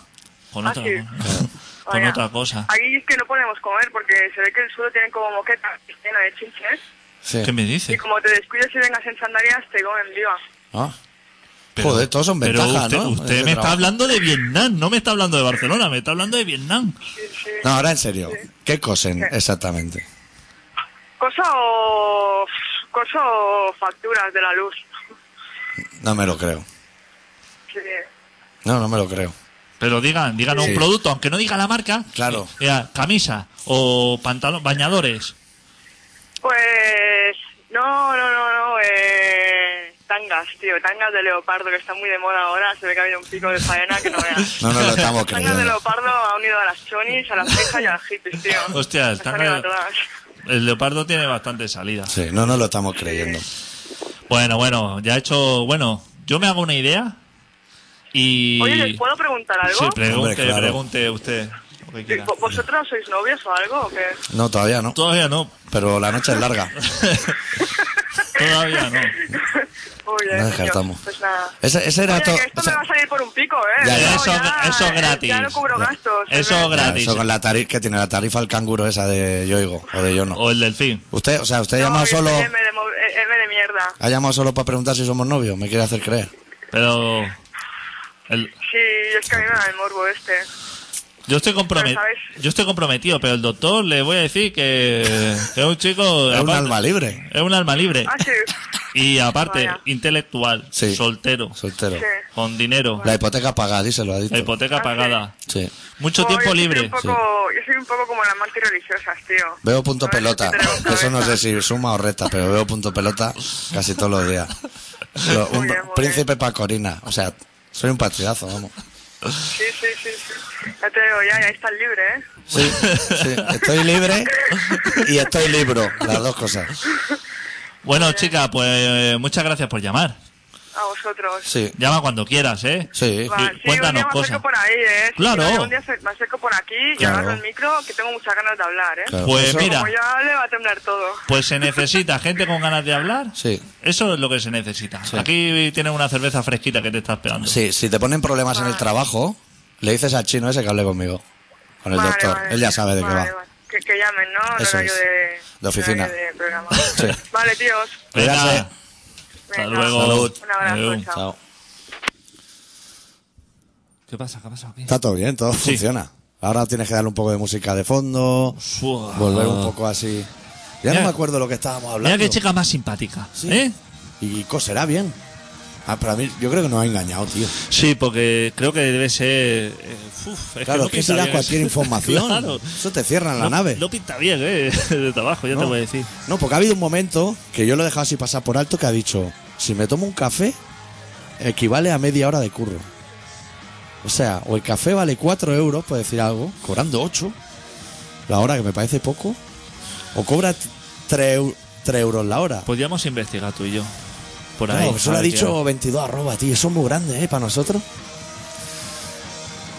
B: con,
C: Ah,
B: otra,
C: sí.
B: con
C: Vaya.
B: otra cosa.
C: Aquí es que no podemos comer porque se ve que el suelo tiene como moqueta llena de chinches
A: Sí.
B: ¿Qué me
C: y
B: dices?
C: como te descuides y vengas en sandalias te comen viva.
A: Ah. Joder, todos son
B: pero
A: ventajas,
B: usted,
A: ¿no?
B: usted
A: En ese
B: me está
A: trabajo.
B: hablando de Vietnam, no me está hablando de Barcelona, me está hablando de Vietnam.
C: Sí, sí.
A: No, ahora en serio. ¿Qué cosen exactamente?
C: Cosa o... Cosa o facturas de la luz.
A: No me lo creo.
C: Sí.
A: No, no me lo creo.
B: Pero digan, digan
A: Sí.
B: un producto, aunque no diga la marca.
A: Claro.
B: eh, eh, camisa o pantalón, bañadores.
C: Pues... No, no, no, no. Eh, tangas, tío. Tangas de leopardo que está muy de moda ahora. Se ve que ha habido un pico de faena que no veas.
A: No nos lo estamos
C: Tangas de
A: creyendo.
C: leopardo ha unido a las chonis, a las cejas y a las hippies, tío.
B: Hostia, el
C: Las han
B: tanga-
C: unido a todas.
B: El leopardo tiene bastante salida.
A: Sí, no nos lo estamos creyendo.
B: Bueno, bueno, ya he hecho. Bueno, yo me hago una idea y.
C: Oye, ¿les puedo preguntar algo?
B: Sí, pregunte,
A: Hombre, claro.
B: pregunte usted. lo que quiera.
C: ¿Vo- ¿Vosotros sois novios o algo? O qué?
A: No, todavía no.
B: Todavía no.
A: Pero la noche es larga.
B: Todavía no.
C: Muy bien,
A: No
C: coño.
A: descartamos.
C: Pues nada.
A: Ese, ese era
C: Oye,
A: todo.
C: que esto
A: o sea,
C: me va a salir por un pico, ¿eh?
A: Ya, ya,
C: No,
B: eso- eso
C: eh,
B: gratis.
C: Ya no cubro
A: Ya.
C: gastos.
B: Eso
C: ¿eh?
A: ya,
B: gratis.
A: eso con la tarifa que tiene la tarifa el canguro esa de yo oigo o de yo no.
B: O el delfín.
A: Usted, o sea, usted ha
C: No,
A: llamado
C: que soy
A: solo.
C: M de, mo- eh, M de mierda. Hola.
A: Ha llamado solo para preguntar si somos novios, me quiere hacer creer.
B: Pero. el-
C: Sí, es que a mí me da el morbo este.
B: yo, estoy comprometido,
C: Pero, ¿sabes?
B: yo estoy comprometido, pero el doctor le voy a decir que, que es un chico.
A: Es un
B: aparte-
A: alma libre.
B: Es un alma libre.
C: Ah, sí.
B: Y aparte,
C: Vaya.
B: intelectual,
A: Sí.
B: soltero,
A: Soltero.
C: Sí.
B: con dinero,
A: La hipoteca pagada, díselo, ha dicho.
B: la hipoteca
C: Ah, sí.
B: pagada,
A: Sí.
B: mucho
C: Oh, yo
B: tiempo
C: soy
B: libre.
C: un poco- Yo soy un poco como las mantis religiosas, tío.
A: Veo punto
C: A ver si
A: pelota.
C: tenemos
A: que Eso no
C: cabeza.
A: sé si suma o resta, pero veo punto pelota casi todos los días. Lo-
C: Muy
A: un
C: bien, muy
A: príncipe para Corina. O sea, soy un patriazo, vamos.
C: Sí, sí, sí, sí. Ya te veo, ya, ya estás libre, ¿eh?
A: Sí, sí. Estoy libre y estoy libro. Las dos cosas.
B: Bueno, chica, pues eh, muchas gracias por llamar.
C: A vosotros.
A: Sí,
B: Llama cuando quieras, ¿eh?
A: sí.
C: Va, sí,
B: cuéntanos
C: un día me
B: cosas.
C: acerco por ahí, ¿eh? Sí,
B: Claro.
C: un día se- me acerco por aquí y
A: Claro.
C: agarro el micro, que tengo muchas ganas de hablar, ¿eh?
A: Claro,
B: Pues
A: eso-
B: mira.
C: Como ya le va a temblar todo.
B: Pues se necesita gente con ganas de hablar.
A: Sí.
B: Eso es lo que se necesita.
A: Sí.
B: Aquí tienes una cerveza fresquita que te está esperando.
A: Sí, si te ponen problemas en el trabajo, le dices al chino ese que hable conmigo. Con el
C: Vale,
A: doctor.
C: vale.
A: Él ya sabe de qué
C: Vale,
A: va.
C: vale. Que, que llamen, ¿no? En
A: Eso
C: horario
A: es.
C: de,
A: De oficina.
C: en horario de programa.
A: Sí.
C: Vale, tíos.
B: Venga,
A: Cuídate.
B: hasta
C: Venga.
B: luego.
A: Salud.
C: Un abrazo,
B: Adiós.
C: chao.
A: Chao.
B: ¿Qué pasa? ¿Qué pasa? ¿Qué?
A: Está todo bien, todo
B: Sí.
A: funciona. Ahora tienes que darle un poco de música de fondo,
B: Fua.
A: volver un poco así. Ya
B: Mira.
A: no me acuerdo lo que estábamos hablando.
B: Mira qué chica más simpática,
A: Sí.
B: ¿eh?
A: Y coserá bien. Ah, pero a mí, yo creo que nos ha engañado, tío.
B: Sí, porque creo que debe ser... eh, uf, es
A: Claro,
B: no
A: que
B: pinta
A: si das
B: bien
A: cualquier
B: eso.
A: información,
B: Claro.
A: eso te cierra en la
B: no,
A: nave.
B: No pinta bien, ¿eh? De trabajo, ya te
A: No.
B: voy a decir.
A: No, porque ha habido un momento que yo lo he dejado así pasar por alto que ha dicho, si me tomo un café, equivale a media hora de curro. O sea, o el café vale 4 euros, por decir algo, cobrando 8, la hora que me parece poco, o cobra 3, euros la hora.
B: Podríamos investigar tú y yo. Por
A: No,
B: ahí.
A: eso lo
B: a
A: ha
B: ver qué
A: dicho 22 arroba, tío, eso es muy grande, ¿eh? Para nosotros.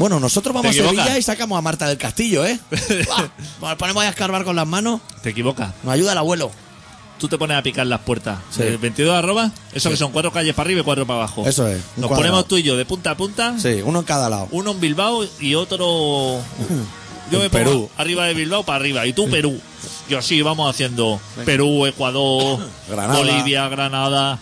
A: Bueno, nosotros vamos a
B: equivocas?
A: Sevilla y sacamos a Marta del Castillo, ¿eh? Buah, Nos ponemos ahí a escarbar con las manos,
B: hay. Te equivocas.
A: nos ayuda el abuelo.
B: Tú te pones a picar las puertas.
A: Sí.
B: Eh, 22 arroba, eso que son cuatro calles para arriba y cuatro para abajo.
A: Eso es, un
B: Nos
A: cuadrado.
B: ponemos tú y yo de punta a punta.
A: Sí, uno en cada lado.
B: Uno en Bilbao y otro.
A: En
B: Yo me pongo
A: Perú.
B: arriba de Bilbao para arriba. Y tú Perú. Yo así vamos haciendo Perú, Ecuador,
A: Granada.
B: Bolivia, Granada,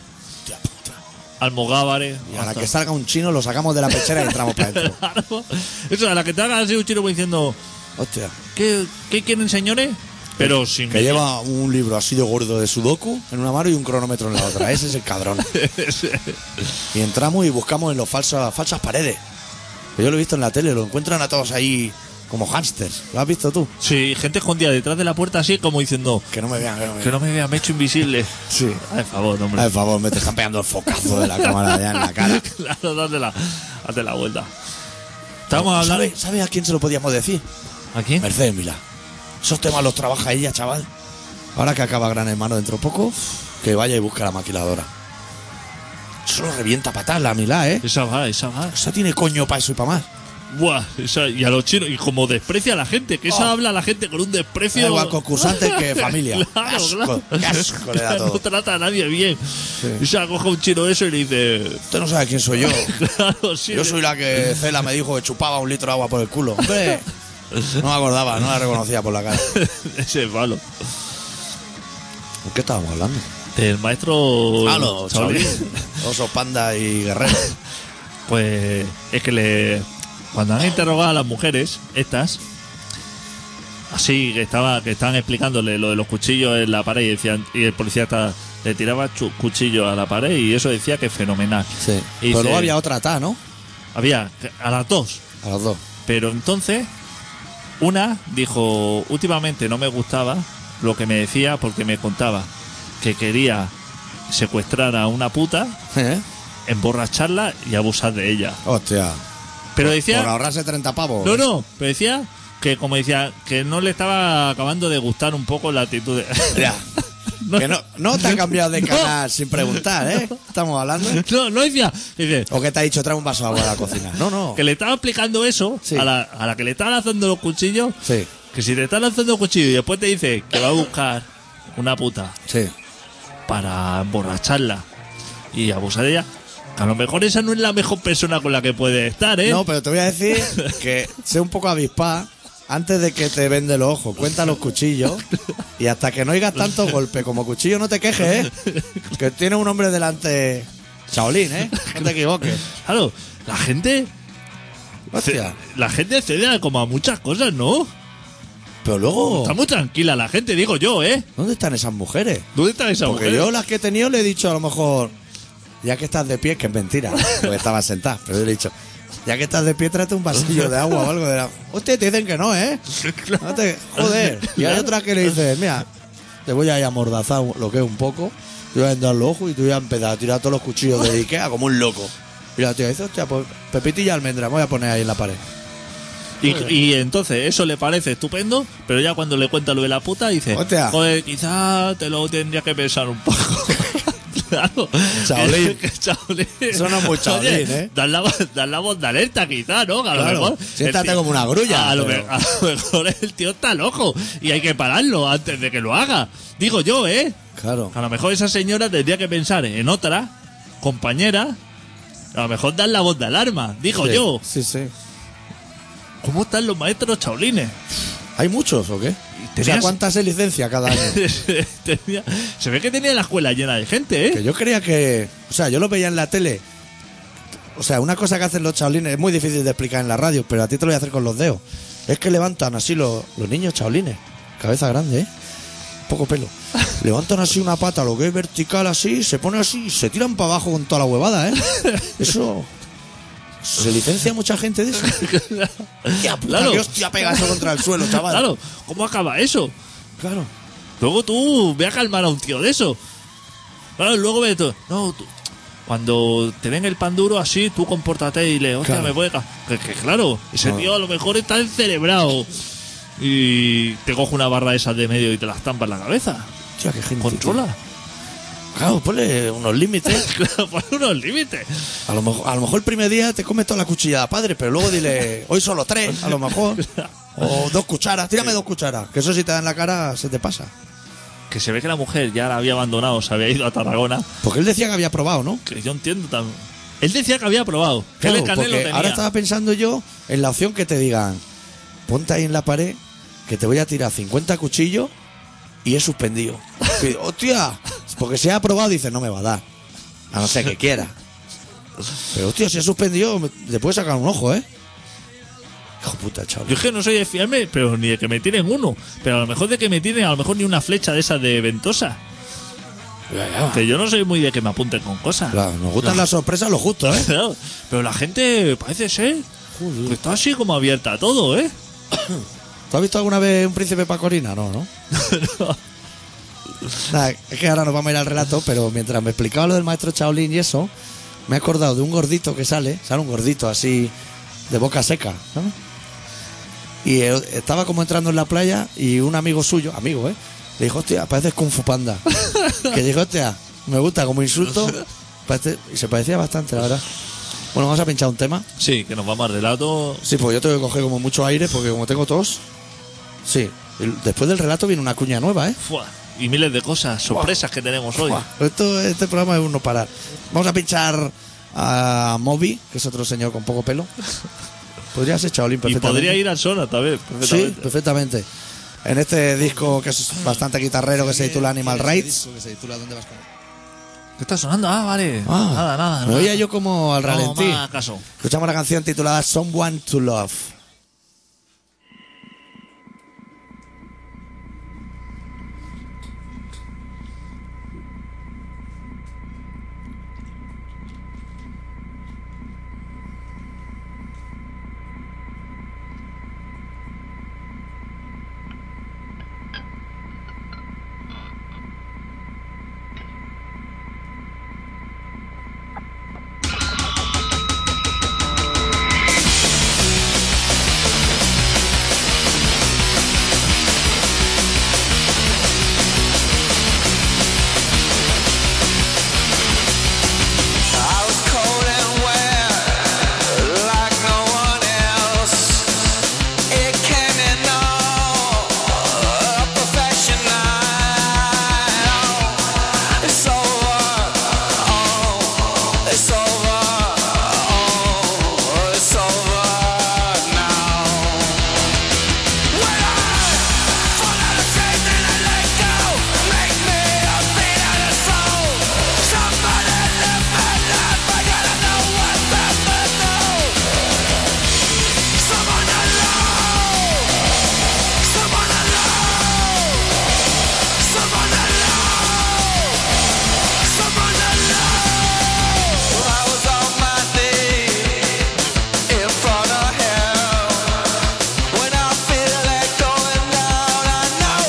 B: Almogávares.
A: Y a la
B: hasta-
A: que salga un chino lo sacamos de la pechera y entramos para adentro.
B: Claro. Eso, a la que te haga así un chino voy diciendo,
A: Hostia.
B: ¿qué, qué quieren señores? Pero sin.
A: Que lleva un libro así de gordo de sudoku en una mano y un cronómetro en la otra. Ese es el cabrón. Y entramos y buscamos en los falsas, falsas paredes. Que yo lo he visto en la tele, lo encuentran a todos ahí como hamsters. ¿Lo has visto tú?
B: Sí, gente escondida detrás de la puerta así como diciendo,
A: Que no me vean, que no me vean.
B: que no me vean, me he hecho invisible.
A: Sí.
B: Ay, favor, hombre.
A: Ay, por favor, me te están pegando el focazo de la cámara ya en la cara.
B: Claro, date la, date la vuelta. Estamos hablando.
A: ¿Sabes sabe a quién se lo podíamos decir?
B: ¿A quién?
A: Mercedes Milá. Esos temas los trabaja ella, chaval. Ahora que acaba Gran Hermano dentro poco, que vaya y busque la maquiladora. Eso lo revienta patada la Milá, ¿eh?
B: Esa va, esa va.
A: O sea, tiene coño para eso y para más.
B: Buah, esa- y a los chinos. Y como desprecia a la gente, que esa
A: Oh.
B: habla a la gente con un desprecio.
A: Da igual concursante que familia.
B: Claro,
A: Qué asco,
B: claro.
A: qué asco le da
B: No
A: todo.
B: trata a nadie bien. Y se acoge a un chino eso y le dice.
A: Usted no sabe quién soy yo.
B: Claro, sí.
A: Yo soy la que Cela me dijo que chupaba un litro de agua por el culo. Hombre, no me acordaba, no la reconocía por la cara.
B: Ese es malo.
A: ¿De qué estábamos hablando?
B: El maestro.
A: Ah, los
B: Shaolin.
A: Shaolin. Osos, panda y guerrero.
B: Pues es que le. Cuando han interrogado a las mujeres, estas, así que estaba, que estaban explicándole lo de los cuchillos en la pared y decían, y el policía está- le tiraba chu- cuchillos a la pared y eso decía que fenomenal.
A: Sí.
B: Y
A: Pero
B: dice,
A: luego había otra ta, ¿no?
B: había a las dos.
A: A los dos.
B: Pero entonces, una dijo, últimamente no me gustaba lo que me decía porque me contaba que quería secuestrar a una puta,
A: ¿Eh?
B: emborracharla y abusar de ella.
A: Hostia.
B: Pero decía...
A: Por ahorrarse 30 pavos.
B: No, no, pero decía que como decía, que no le estaba acabando de gustar un poco la actitud de...
A: Ya.
B: No.
A: Que no, no te ha cambiado de
B: No.
A: canal sin preguntar, ¿eh? Estamos hablando.
B: No, no decía, dice,
A: ¿O que te ha dicho trae un vaso de agua a la cocina? No, no.
B: que le estaba explicando eso
A: Sí.
B: a, la, a la que le estaba lanzando los cuchillos,
A: Sí,
B: que si te está lanzando cuchillos y después te dice que va a buscar una puta
A: sí.
B: para emborracharla y abusar de ella, que a lo mejor esa no es la mejor persona con la que puede estar, ¿eh?
A: No, pero te voy a decir que sé un poco avispa. antes de que te vende los ojos, cuenta los cuchillos y hasta que no oigas tantos golpes como cuchillo no te quejes, ¿eh? Que tiene un hombre delante chaolín, ¿eh? No te equivoques.
B: Claro, la gente.
A: Hostia.
B: La gente cede a como a muchas cosas, ¿no?
A: Pero luego,
B: Está muy tranquila la gente, digo yo, ¿eh?
A: ¿dónde están esas mujeres?
B: ¿Dónde están esas
A: Porque
B: mujeres?
A: yo las que he tenido le he dicho a lo mejor, ya que estás de pie, que es mentira, porque estaba sentada, pero yo le he dicho, ya que estás de pie, trate un vasillo de agua o algo de la... Hostia, te dicen que no, ¿eh? No te- Joder. Y hay otras que le dicen, mira, te voy a ir a amordazar un- lo que es un poco, te voy a vendar los ojos y te voy a empezar a tirar todos los cuchillos de Ikea como un loco. Y la tía dice, hostia, pues pepitilla almendra, me voy a poner ahí en la pared.
B: Y, y entonces eso le parece estupendo, pero ya cuando le cuenta lo de la puta dice,
A: Hostia.
B: joder, quizá te lo tendría que pensar un poco. claro.
A: Chaolín.
B: Que chaolín.
A: Suena muy chaolín,
B: Oye,
A: ¿eh?
B: dar la, dar la voz de alerta quizá, ¿no? A lo
A: Claro.
B: mejor...
A: Siéntate
B: el tío-
A: como una grulla,
B: A lo,
A: pero-
B: me- a lo mejor el tío está loco y hay que pararlo antes de que lo haga. Digo yo, ¿eh?
A: Claro.
B: A lo mejor esa señora tendría que pensar en otra compañera. A lo mejor dar la voz de alarma. Digo
A: Sí,
B: yo.
A: Sí, sí.
B: ¿Cómo están los maestros chaolines?
A: ¿Hay muchos o qué? O sea,
B: tenías-
A: ¿cuántas se licencia cada año?
B: Tenía- se ve que tenía la escuela llena de gente,
A: Que
B: ¿eh?
A: yo creía que. O sea, yo lo veía en la tele. O sea, una cosa que hacen los chaolines es muy difícil de explicar en la radio, pero a ti te lo voy a hacer con los dedos. Es que levantan así los, los niños chaolines. Cabeza grande, ¿eh? Poco pelo. Levantan así una pata, lo que es vertical así, se pone así y se tiran para abajo con toda la huevada, ¿eh? Eso. Se licencia mucha gente de eso. Hostia, puta,
B: Claro.
A: que hostia pega eso contra el suelo, chaval.
B: Claro, ¿cómo acaba eso?
A: Claro.
B: Luego tú ve a calmar a un tío de eso. Claro, luego ve tú. No, tú- cuando te den el pan duro así, tú compórtate y le, hostia,
A: Claro.
B: me puede. ca-". Que, que claro, ese
A: No.
B: tío a lo mejor está encerebrado. Y te coge una barra de esas de medio y te la estampa en la cabeza.
A: Hostia, qué gente.
B: Controla.
A: Claro, ponle unos límites.
B: Claro, Pon unos límites.
A: A lo, mejor, a lo mejor el primer día te comes toda la cuchillada, padre, pero luego dile, hoy solo tres, a lo mejor. O dos cucharas, tírame dos cucharas, que eso si te da en la cara se te pasa.
B: Que se ve que la mujer ya la había abandonado, se había ido a Tarragona.
A: Porque él decía que había probado, ¿no?
B: Que yo entiendo también. Él decía que había probado. Que él el
A: Claro,
B: canelo
A: porque
B: tenía.
A: ahora estaba pensando yo en la opción que te digan, ponte ahí en la pared, que te voy a tirar 50 cuchillos y he suspendido. Que, hostia, porque si ha probado dice, no me va a dar, a no ser que quiera. Pero hostia, si he suspendido, me- te puede sacar un ojo, ¿eh? Hijo puta, chaval.
B: Yo es que no soy de fiarme, pero ni de que me tiren uno. Pero a lo mejor de que me tiren, a lo mejor ni una flecha de esas de ventosa. Que yo no soy muy de que me apunten con cosas.
A: Claro, nos gustan las sorpresas lo justo, ¿eh?
B: Claro. Pero la gente parece ser que está así como abierta a todo, ¿eh?
A: ¿Tú has visto alguna vez un príncipe Pacorina? No, ¿no?
B: No.
A: Nada, es que ahora nos vamos a ir al relato, pero mientras me explicaba lo del maestro Chaolín y eso, me he acordado de un gordito que sale, sale un gordito así, de boca seca, ¿no? Y eh, estaba como entrando en la playa y un amigo suyo, amigo, ¿eh? Le dijo, hostia, pareces Kung Fu Panda. que dijo, hostia, me gusta como insulto. parece- y se parecía bastante, la verdad. Bueno, vamos a pinchar un tema.
B: Sí, que nos vamos al relato.
A: Sí, pues yo tengo que coger como mucho aire porque como tengo tos. Sí. el- Después del relato viene una cuña nueva, ¿eh?
B: Fua. Y miles de cosas, sorpresas que tenemos hoy.
A: Esto, este programa es uno parar. Vamos a pinchar a Moby, que es otro señor con poco pelo. Podría ser Chaolín
B: Y
A: perfectamente.
B: podría ir al Sona también.
A: Sí,
B: perfectamente.
A: perfectamente. En este disco que es bastante guitarrero que se titula Animal Rights.
D: disco que se titula ¿Dónde vas con él?
B: ¿Qué está sonando? Ah, vale.
A: Ah,
B: nada, nada.
A: Me
B: nada.
A: oía yo como al
B: No,
A: ralentí.
B: más caso.
A: Escuchamos la canción titulada Someone to Love.
E: Someone
F: oh,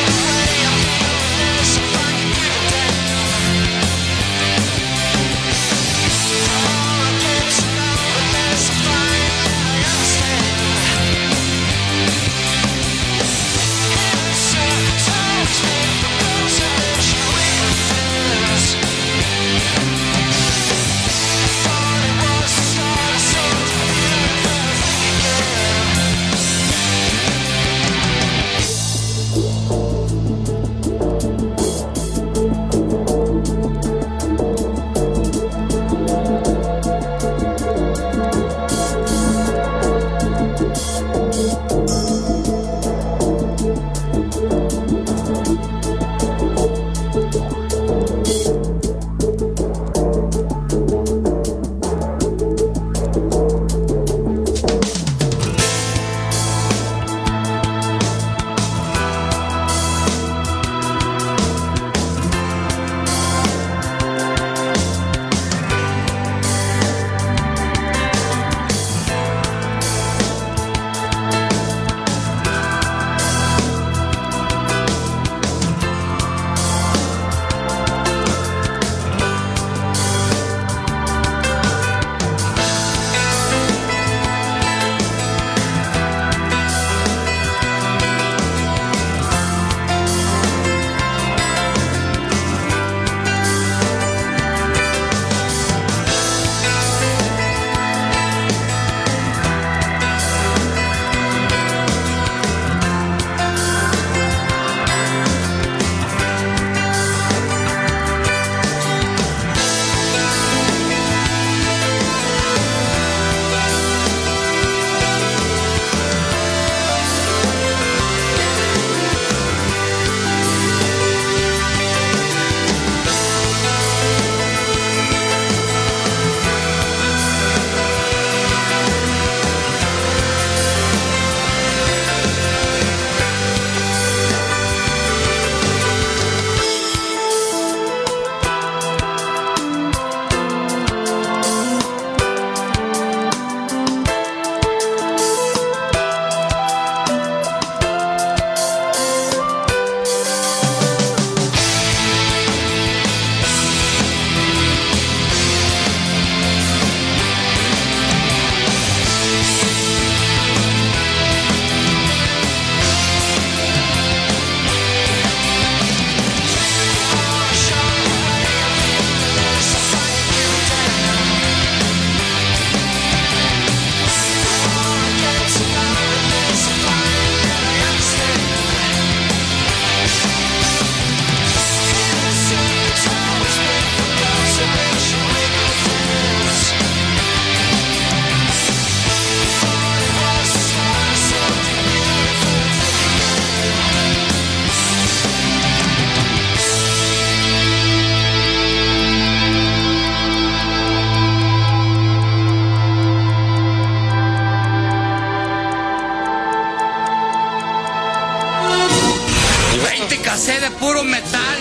F: 20 cassettes de puro metal,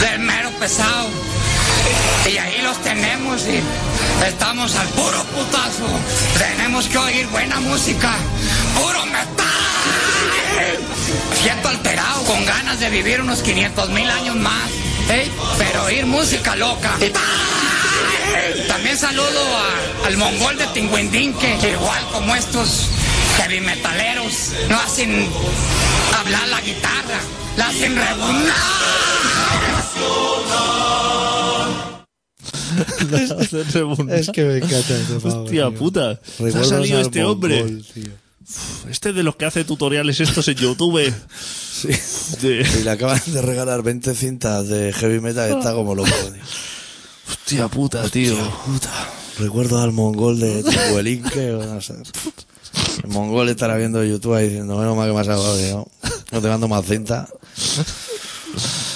F: del mero pesado. Y ahí los tenemos y estamos al puro putazo. Tenemos que oír buena música, puro metal. Siento alterado, con ganas de vivir unos 500 mil años más. ¿eh? Pero oír música loca. También saludo a- al mongol de Tinguindinque, que igual como estos heavy metaleros, no hacen hablar la guitarra, la hacen rebuznar.
A: Es que me encanta este pavo,
B: Hostia
A: tío.
B: puta. ¿Se ha
A: Recuerdos
B: salido
A: al
B: este
A: Mongol,
B: hombre.
A: tío.
B: Este es de los que hace tutoriales estos en YouTube.
A: Sí.
B: De-
A: Y le acaban de regalar 20 cintas de heavy metal. Está como loco. tío.
B: Hostia puta, tío.
A: Recuerdo al mongol de Tinguelinque o no sé. El mongol estará viendo YouTube ahí diciendo, menos mal que me has salvado, que no, no te mando más cinta.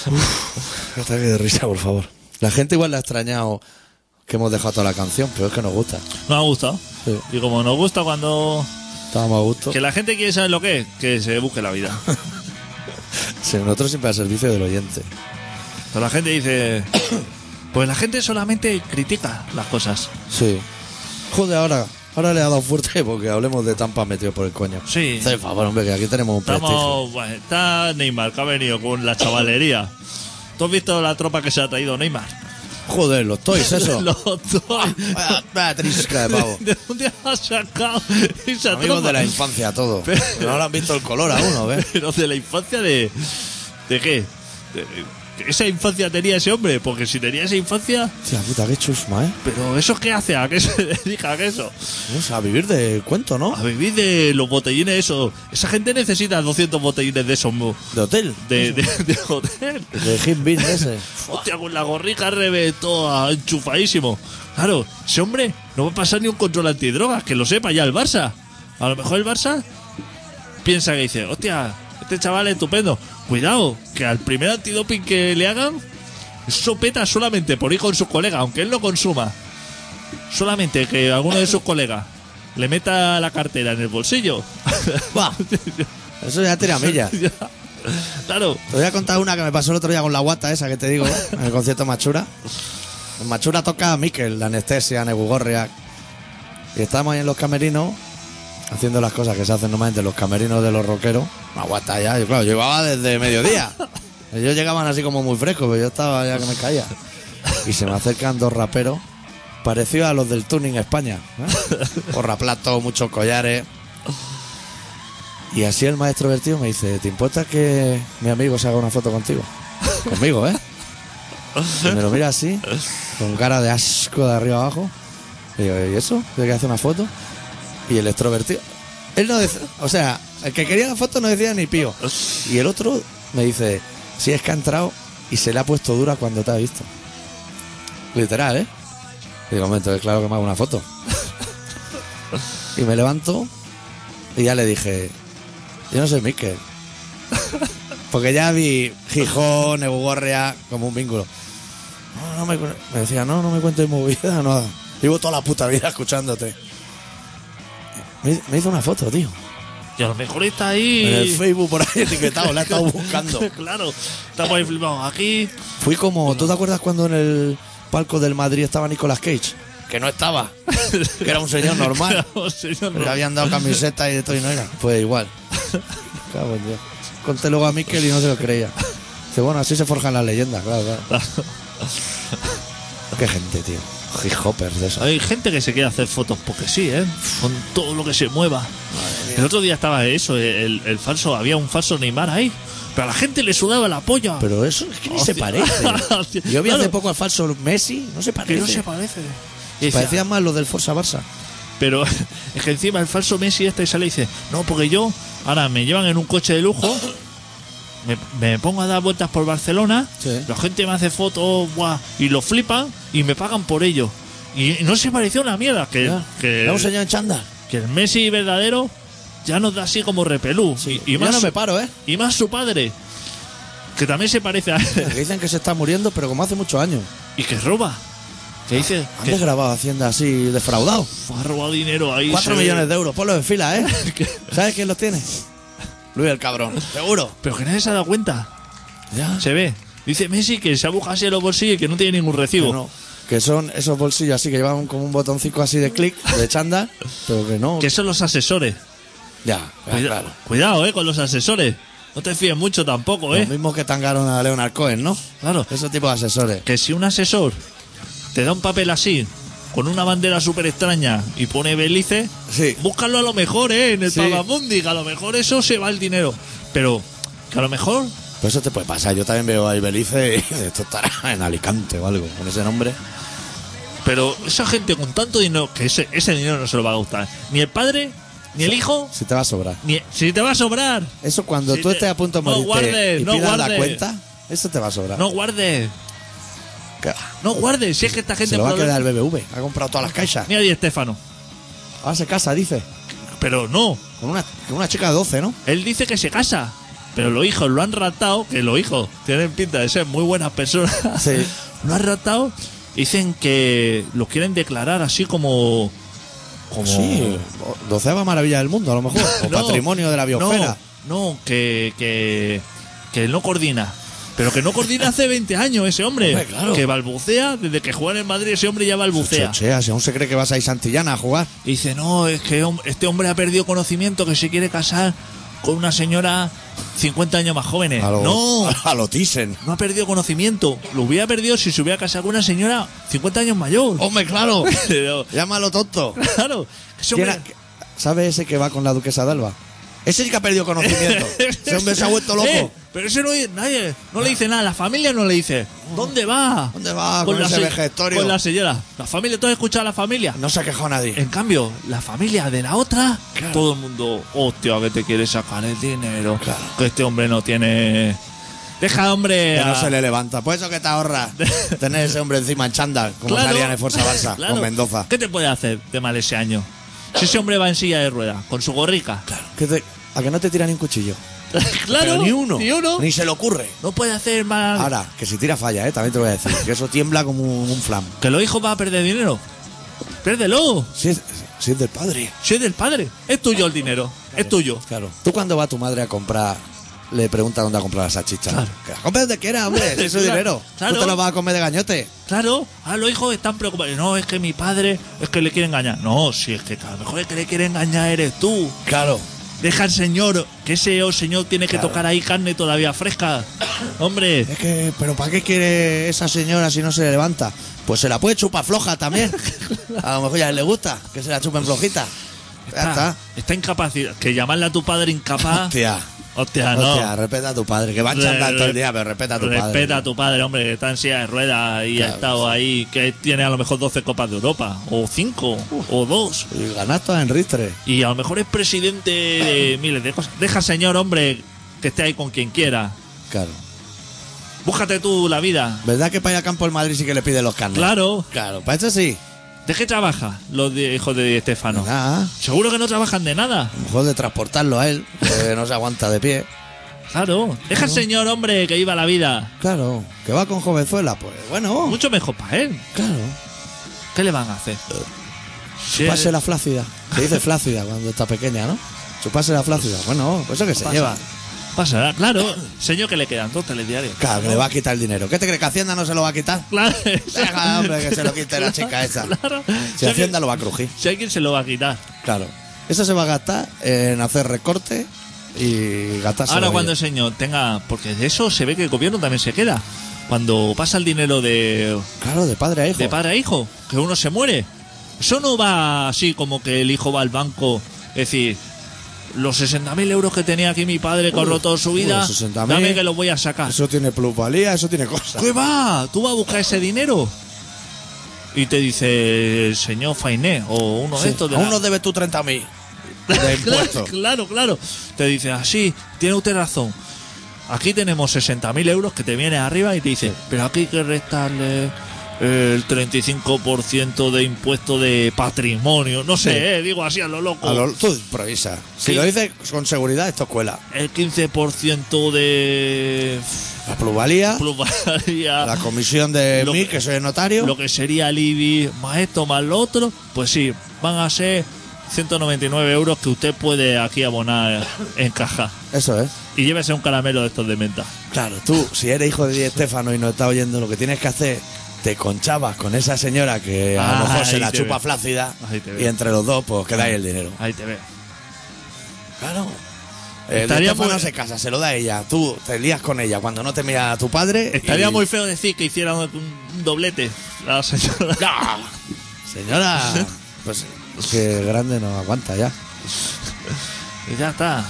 A: Uf, Ataque de risa, por favor. La gente igual le ha extrañado que hemos dejado toda la canción, pero es que nos gusta.
B: Nos ha gustado.
A: Sí.
B: Y como nos gusta cuando.
A: Estábamos a gusto.
B: Que la gente quiere saber lo que es, que se busque la vida.
A: Sí, nosotros siempre al servicio del oyente.
B: Pero la gente dice. Pues la gente solamente critica las cosas.
A: Sí. Joder, ahora, ahora le ha dado fuerte porque hablemos de tampas metidos por el coño.
B: Sí.
A: Hace favor, hombre, que aquí tenemos un prestigio.
B: Estamos. bueno, está Neymar que ha venido con la chavalería. ¿Tú has visto la tropa que se ha traído Neymar?
A: Joder, los toys, eso. Ah,
B: Los toys.
A: Vaya- vaya trisca de pavo.
B: ¿De dónde has sacado esa
A: Amigos
B: tropa?
A: de la infancia, todo.
B: Pero-
A: Pero ahora han visto el color a uno, ¿ves?
B: Pero de la infancia de. ¿De qué? De- ¿Esa infancia tenía ese hombre? Porque si tenía esa infancia.
A: Hostia puta, qué chusma, ¿eh?
B: ¿Pero eso qué hace? ¿A qué se dedica a eso?
A: Vamos a vivir de cuento, ¿no?
B: A vivir de los botellines esos. Esa gente necesita 200 botellines de esos. mo-
A: De hotel.
B: De, de, de hotel.
A: De Jim Bean ese.
B: Hostia, con la gorrica reventó a- enchufadísimo. Claro, ese hombre no va a pasar ni un control antidrogas, que lo sepa ya el Barça. A lo mejor el Barça piensa que dice, hostia, este chaval es estupendo. Cuidado, que al primer antidoping que le hagan, eso peta solamente por ir con sus colegas, aunque él no consuma. Solamente que alguno de sus colegas le meta la cartera en el bolsillo.
A: Va. Eso ya tira millas.
B: Ya. Claro,
A: Te voy a contar una que me pasó el otro día con la guata esa que te digo, en el concierto de Machura. En Machura toca a Mikel, la anestesia, Nebugorria. Y estábamos ahí en los camerinos, haciendo las cosas que se hacen normalmente en los camerinos de los rockeros. Una guata ya, yo claro, yo llevaba desde mediodía. Ellos llegaban así como muy frescos, pero yo estaba ya que me caía. Y se me acercan dos raperos, parecidos a los del Tuning España. ¿eh? Corraplato, muchos collares. Y así el maestro del tío me dice, ¿te importa que mi amigo se haga una foto contigo? Conmigo, ¿eh? Y me lo mira así, con cara de asco de arriba abajo. Y digo, ¿y eso? ¿De que hace una foto? Y el extrovertido. Él no decía, o sea, el que quería la foto no decía ni pío. Y el otro me dice, si es que ha entrado y se le ha puesto dura cuando te ha visto. Literal, ¿eh? Y digo, momento, claro que me hago una foto. Y me levanto y ya le dije, yo no soy Mikel. Porque ya vi Gijón, Eugorria, como un vínculo. No, no me, cu- me decía, no, no me cuentes movida, no. Llevo toda la puta vida escuchándote. Me, me hizo una foto, tío.
B: y a lo mejor está ahí.
A: En el Facebook por ahí etiquetado, la he estado buscando.
B: claro, estamos ahí flipados. Aquí,
A: Fui como, ¿tú te acuerdas cuando en el palco del Madrid estaba Nicolas Cage? Que no estaba. Que era un señor normal.
B: Claro, señor,
A: Pero
B: no.
A: Le habían dado camiseta y de todo y no era. Pues igual. Cago en Dios. Conté luego a Mikel y no se lo creía. Dice, bueno, así se forjan las leyendas, claro, claro. Qué gente, tío. Hip hoppers de eso.
B: Hay gente que se quiere hacer fotos porque sí, ¿eh? Con todo lo que se mueva. El otro día estaba eso, el, el falso, había un falso Neymar ahí. Pero a la gente le sudaba la polla.
A: Pero eso es que ni
B: Hostia.
A: se parece.
B: Hostia.
A: Yo vi hace
B: Claro.
A: poco al falso Messi, no se
B: que
A: parece.
B: no se parece. Y decía,
A: Parecían más los del Forza Barça.
B: Pero es que encima el falso Messi este sale y dice, no, porque yo, ahora me llevan en un coche de lujo, me, me pongo a dar vueltas por Barcelona,
A: Sí.
B: la gente me hace fotos, guau, y lo flipan y me pagan por ello. Y no se pareció una mierda, que,
A: Era
B: que,
A: era un señor en chanda.
B: que el Messi verdadero ya nos da así como repelú. Y, y
A: Yo
B: más,
A: no
B: su-
A: me paro, ¿eh?
B: y más su padre, que también se parece a él,
A: Que Dicen que se está muriendo, pero como hace muchos años.
B: y que roba. Que dice
A: Han
B: que
A: desgrabado Hacienda así, defraudado.
B: ha robado dinero ahí.
A: Cuatro
B: se ve.
A: millones de euros, ponlo en fila, ¿eh?
B: Que-
A: ¿Sabes quién los tiene? Luis el cabrón. Seguro.
B: Pero que nadie se ha dado cuenta.
A: Ya.
B: Se ve. Dice Messi que se aguja así en los bolsillos y que no tiene ningún recibo.
A: Que no, Que son esos bolsillos así que llevan como un botoncito así de clic, de chanda, pero que no.
B: Que son los asesores.
A: Ya, ya,
B: Cuida-
A: claro.
B: Cuidado, eh, con los asesores. No te fíes mucho tampoco, eh.
A: Los mismos que tangaron a Leonard Cohen, ¿no?
B: Claro.
A: Esos tipos de asesores.
B: Que si un asesor te da un papel así, con una bandera súper extraña y pone belice,
A: Sí.
B: búscalo a lo mejor, eh, en el
A: Sí.
B: Pavamundi, que a lo mejor eso se va el dinero. Pero que a lo mejor
A: Pues eso te puede pasar. Yo también veo a Ibelice y esto estará en Alicante o algo, con ese nombre.
B: Pero esa gente con tanto dinero, que ese, ese dinero no se lo va a gustar. Ni el padre, ni el hijo,
A: Si te va a sobrar.
B: ni. Si te va a sobrar,
A: Eso cuando
B: Si
A: tú
B: te-
A: estés a punto de
B: no
A: morirte
B: guardes,
A: y
B: no
A: pidas la
B: guardes.
A: cuenta, eso te va a sobrar.
B: no guardes,
A: Que-
B: no guardes. Si es que esta gente.
A: Se lo va a
B: problema-
A: quedar el BBV. Ha comprado todas las caixas.
B: Mira, Di Estefano.
A: Ahora se casa, dice.
B: Pero no,
A: Con una, con una chica de 12, ¿no?
B: él dice que se casa. Pero los hijos lo han ratado, que los hijos tienen pinta de ser muy buenas personas.
A: Sí.
B: Lo han ratado. Dicen que los quieren declarar así como. Como.
A: Sí. o- Doceava maravilla del mundo, a lo mejor. O
B: No,
A: patrimonio de la biosfera.
B: No, no, que, que, que no coordina. Pero que no coordina hace 20 años ese hombre.
A: Hombre, claro.
B: Que balbucea, desde que juega en Madrid ese hombre ya balbucea.
A: Chochea, si aún se cree que vas a ir Santillana a jugar.
B: Y dice, no, es que hom- este hombre ha perdido conocimiento que se quiere casar con una señora 50 años más jóvenes.
A: A lo,
B: No,
A: a, a lo Thyssen.
B: no ha perdido conocimiento. Lo hubiera perdido si se hubiera casado con una señora 50 años mayor.
A: Hombre, claro.
B: Pero,
A: Llámalo tonto.
B: claro, ese
A: ¿Quién
B: hombre-
A: ha- ¿Sabe ese que va con la duquesa de Alba? Ese sí que ha perdido conocimiento. ese hombre se ha vuelto loco.
B: Eh, pero ese no, nadie, no le dice nada, la familia no le dice. ¿Dónde
A: Oh.
B: va?
A: ¿Dónde va con ese
B: se-
A: vegetorio?
B: Con la señora. La familia, ¿tú has escuchado a la familia?
A: No se ha quejado nadie.
B: En cambio, la familia de la otra, todo el mundo, hostia, que te quiere sacar el dinero.
A: Claro.
B: Que este hombre no tiene. Deja, hombre.
A: Que no
B: a-
A: se le levanta. Pues eso que te ahorra tener ese hombre encima en chándal, como
B: Claro.
A: salía en el Forza Barça
B: Claro.
A: con Mendoza.
B: ¿Qué te puede hacer de mal ese año? Si ese hombre va en silla de ruedas, con su gorrica. Claro.
A: Que te- a que no te tira ni un cuchillo.
B: Ah,
A: Pero ni uno. Ni se le ocurre.
B: No puede hacer mal.
A: Ahora, que si tira falla, ¿eh? también te voy a decir. Que eso tiembla como un, un flam.
B: Que los hijos van a perder dinero. Pérdelo.
A: Si es, si es del padre.
B: Si es del padre. Es tuyo el dinero. Es tuyo.
A: Claro. Tú cuando va tu madre a comprar, le pregunta dónde ha comprado las salchichas.
B: Claro.
A: Que las compras donde quieras, hombre. Si es su
B: Claro,
A: dinero.
B: claro.
A: Tú te lo vas a comer de gañote.
B: Claro, ahora los hijos están preocupados. No, es que mi padre es que le quiere engañar. No, si es que a lo mejor el que le quiere engañar eres tú.
A: Claro.
B: Deja al señor, que ese o señor tiene que tocar ahí carne todavía fresca. Hombre,
A: Es que, pero ¿para qué quiere esa señora si no se le levanta? Pues se la puede chupar floja también. A lo mejor ya le gusta que se la chupen flojita. Ya está.
B: Pues está incapacidad. Que llamarle a tu padre incapaz.
A: Hostia.
B: Hostia, Ah, no.
A: Hostia, respeta a tu padre, que va a
B: Re-
A: charlar todo el
B: re-
A: día, pero respeta a tu
B: respeta
A: padre.
B: a tu padre, hombre, que está en silla de ruedas y ha
A: Claro,
B: estado ahí, que tiene a lo mejor 12 copas de Europa, o 5, o 2.
A: Y ganaste en Ristre.
B: Y a lo mejor es presidente de miles de cosas. Deja, al señor, hombre, que esté ahí con quien quiera.
A: Claro.
B: Búscate tú la vida.
A: ¿Verdad que para ir al campo el Madrid sí que le pide los carnes?
B: Claro.
A: Claro, para eso sí.
B: ¿De qué trabaja los de- hijos de Di Estefano?
A: Nada, a
B: Seguro que no trabajan de nada.
A: lo mejor de transportarlo a él, que no se aguanta de pie.
B: Claro. Deja al señor, hombre, que iba la vida.
A: Claro, que va con jovenzuela, pues bueno.
B: Mucho mejor para él.
A: Claro.
B: ¿Qué le van a hacer? Si es-
A: Chupase la flácida. Se dice flácida cuando está pequeña, ¿no? Chupase la flácida. Bueno, pues eso que se
B: pasa-
A: lleva.
B: Pasará, claro. Señor, que le quedan dos telediarios.
A: Claro, que le va a quitar el dinero. ¿Qué te crees que Hacienda no se lo va a quitar?
B: Claro.
A: Deja, hombre, que se lo quite la chica esa.
B: Claro.
A: Si
B: hay
A: Hacienda
B: quien-
A: lo va a crujir.
B: si alguien se lo va a quitar.
A: Claro. Eso se va a gastar en hacer recorte y gastarse.
B: Ahora cuando el señor tenga... Porque de eso se ve que el gobierno también se queda. Cuando pasa el dinero de,
A: Claro, de padre a hijo.
B: de padre a hijo, que uno se muere. Eso no va así como que el hijo va al banco, es decir, los 60.000 euros que tenía aquí mi padre que ahorró toda su vida,
A: Uy, 60.000.
B: dame que los voy a sacar.
A: Eso tiene plusvalía, eso tiene cosas.
B: ¿Qué va? ¿Tú vas a buscar ese dinero? Y te dice el señor Fainé o uno de
A: Sí.
B: estos de
A: Aún
B: la-
A: nos debes tú 30.000 de
B: claro,
A: impuestos.
B: claro, claro. Te dice, así, tiene usted razón. Aquí tenemos 60.000 euros que te viene arriba y te dice, pero aquí hay que restarle el 35% de impuesto de patrimonio. No sé,
A: Sí.
B: eh, digo así a lo loco.
A: A lo- tú improvisa. Si
B: Sí.
A: lo dices con seguridad, esto escuela.
B: El 15% de
A: La plusvalía,
B: plusvalía,
A: la comisión de
B: Lo
A: mí,
B: que-
A: que soy el notario.
B: lo que sería el IBI, más esto, más lo otro, pues sí, van a ser 199 euros que usted puede aquí abonar en caja.
A: Eso es.
B: Y llévese un caramelo de estos de menta.
A: Claro, tú, si eres hijo de Di Estefano y no estás oyendo, lo que tienes que hacer, te conchabas con esa señora que a
B: Ah,
A: lo mejor se
B: ahí
A: la
B: te
A: chupa
B: veo.
A: flácida
B: Ahí te veo.
A: y entre los dos, pues quedáis el dinero.
B: Ahí te veo.
A: Claro. Eh,
B: Ah, Estaría
A: Di Stefano
B: muy-
A: se casa, se lo da a ella. Tú te lías con ella cuando no te mira a tu padre.
B: Estaría
A: y-
B: muy feo decir que hiciera un, un doblete la señora.
A: Señora. Pues que grande no aguanta ya.
B: Y ya está.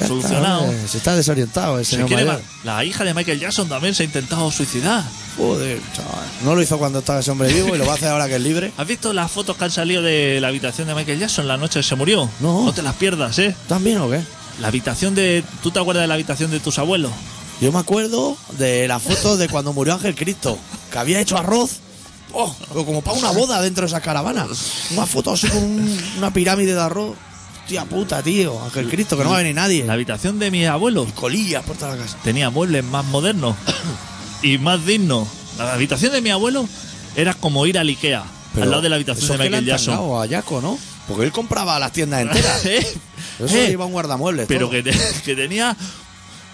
A: Ya
B: Solucionado.
A: está, hombre. se está desorientado el
B: Se
A: señor
B: quiere
A: mayor.
B: ma- La hija de Michael Jackson también se ha intentado suicidar.
A: Joder, chaval. No lo hizo cuando estaba ese hombre vivo y lo va a hacer ahora que es libre.
B: ¿Has visto las fotos que han salido de la habitación de Michael Jackson la noche que se murió?
A: No.
B: No te las pierdas, ¿eh?
A: ¿También o qué?
B: La habitación de... ¿Tú te acuerdas de la habitación de tus abuelos?
A: Yo me acuerdo de la foto de cuando murió Ángel Cristo, que había hecho arroz. Oh, pero como para una boda dentro de esa caravana. Una foto así con un- una pirámide de arroz. Tía puta, tío. Ángel Cristo, que no va a venir nadie.
B: La habitación de mis abuelos
A: Colillas por toda la casa.
B: tenía muebles más modernos y más dignos. La habitación de mi abuelo era como ir al Ikea, al lado de la habitación
A: eso es que
B: de
A: le
B: Michael
A: han
B: Jackson.
A: tangado a Jaco, ¿no? Porque él compraba las tiendas enteras.
B: ¿Eh?
A: Eso
B: ¿Eh?
A: iba un guardamuebles.
B: pero
A: todo.
B: que, te- que tenía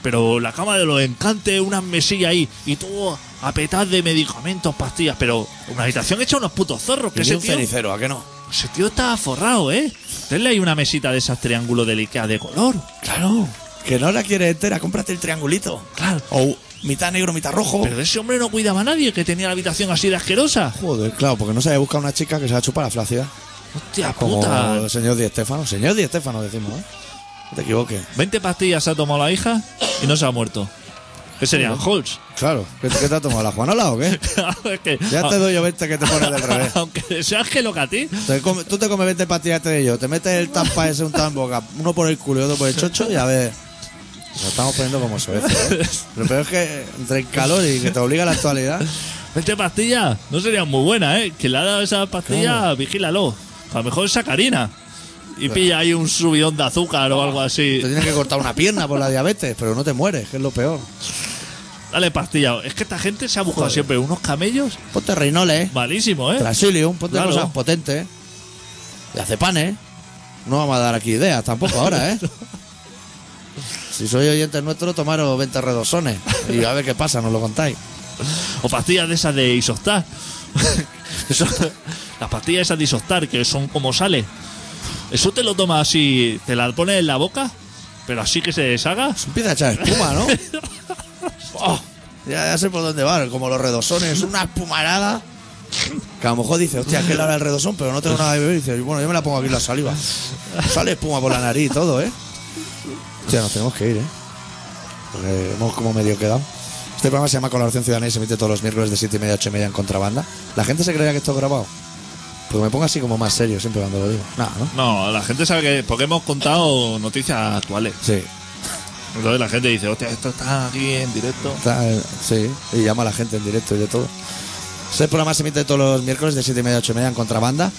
B: pero la cama de los encantes unas mesillas ahí y todo a petar de medicamentos pastillas pero una habitación hecha unos putos zorros que
A: Y ni
B: ese
A: un
B: tío
A: cenicero, ¿a qué no?
B: ese tío está forrado eh tenle ahí una mesita de esas triángulos de Ikea de color
A: Claro. Que no la quieres entera, cómprate el triangulito.
B: claro
A: O mitad negro, mitad rojo.
B: pero ese hombre no cuidaba a nadie que tenía la habitación así de asquerosa
A: Joder, claro, porque no se haya buscado una chica que se la chupa la flacidez.
B: hostia
A: Como
B: puta
A: el señor Di Estefano. Señor Di Estefano decimos, ¿eh? No te equivoques.
B: 20 pastillas se ha tomado la hija y no se ha muerto ¿qué serían? Holtz
A: Claro. ¿Qué, qué te ha tomado la Juanola o qué?
B: Es que-
A: Ya te doy yo 20 que te pones del revés.
B: aunque seas que lo que a ti
A: Te come- tú te comes 20 pastillas de yo, te metes el tapa ese un en boca, uno por el culo y otro por el chocho y a ver. Nos estamos poniendo como sueces. ¿eh? Lo peor es que entre el calor y que te obliga a la actualidad.
B: 20 pastillas Este no serían muy buenas, ¿eh? Quien le ha dado esa pastilla,
A: Claro.
B: vigílalo. A lo mejor es sacarina. Y pilla ahí un subidón de azúcar o algo así.
A: Ah. Te tienen que cortar una pierna por la diabetes, pero no te mueres, que es lo peor.
B: Dale pastilla. Es que esta gente se ha buscado
A: Joder.
B: siempre unos camellos
A: Ponte reinoles,
B: malísimos, ¿eh?
A: Trasilium, ponte
B: Claro.
A: cosas potentes. eh. Y hace panes. No vamos a dar aquí ideas tampoco ahora, ¿eh? Si sois oyentes nuestros, tomaros 20 redosones y a ver qué pasa, nos lo contáis.
B: O pastillas de esas de Isostar. Eso- las pastillas esas de Isostar, que son como sale. Eso te lo tomas así, te la pones en la boca, pero así que se deshaga.
A: Se empieza a echar espuma, ¿no? Oh, ya, ya sé por dónde va, como los redosones, una espumarada. Que a lo mejor dice, hostia, es que la hora del redosón, pero no tengo nada de beber. Y dice, bueno, yo me la pongo aquí en la saliva. Sale espuma por la nariz y todo, ¿eh? Hostia, nos tenemos que ir, ¿eh? Porque hemos como medio quedado. Este programa se llama Colaboración Ciudadana y se emite todos los miércoles de 7 y media a 8 y media en contrabanda. La gente se creía que esto es grabado. Porque me pongo así como más serio siempre cuando lo digo. Nada, ¿no?
B: No, la gente sabe que. Porque hemos contado noticias actuales.
A: Sí.
B: Entonces la gente dice, hostia, esto está aquí en directo.
A: Está, eh, sí, y llama a la gente en directo y de todo. Este programa se emite todos los miércoles de 7 y media a 8 y media en contrabanda.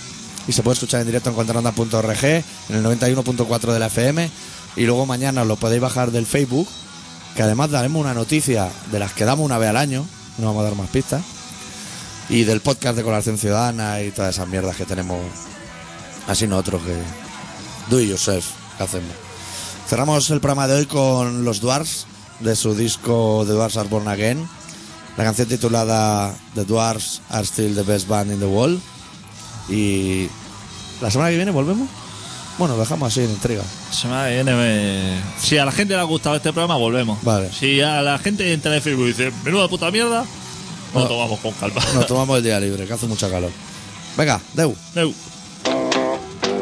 A: Y se puede escuchar en directo en contrabanda.org, en el 91.4 de la FM. Y luego mañana os lo podéis bajar del Facebook, que además daremos una noticia de las que damos una vez al año. No vamos a dar más pistas. Y del podcast de Colaboración Ciudadana y todas esas mierdas que tenemos. Así nosotros que. Do it yourself, que hacemos. Cerramos el programa de hoy con los Dwarfs, de su disco The Dwarfs Are Born Again. La canción titulada The Dwarfs Are Still the Best Band in the World. Y la semana que viene volvemos. Bueno, lo dejamos así en intriga.
B: Semana que viene me- Si a la gente le ha gustado este programa, volvemos.
A: Vale.
B: Si a la gente entra en Facebook y dice, menuda puta mierda, nos
A: No.
B: tomamos con calma.
A: Nos tomamos el día libre, que hace mucha calor. Venga, Deu.
B: Neu.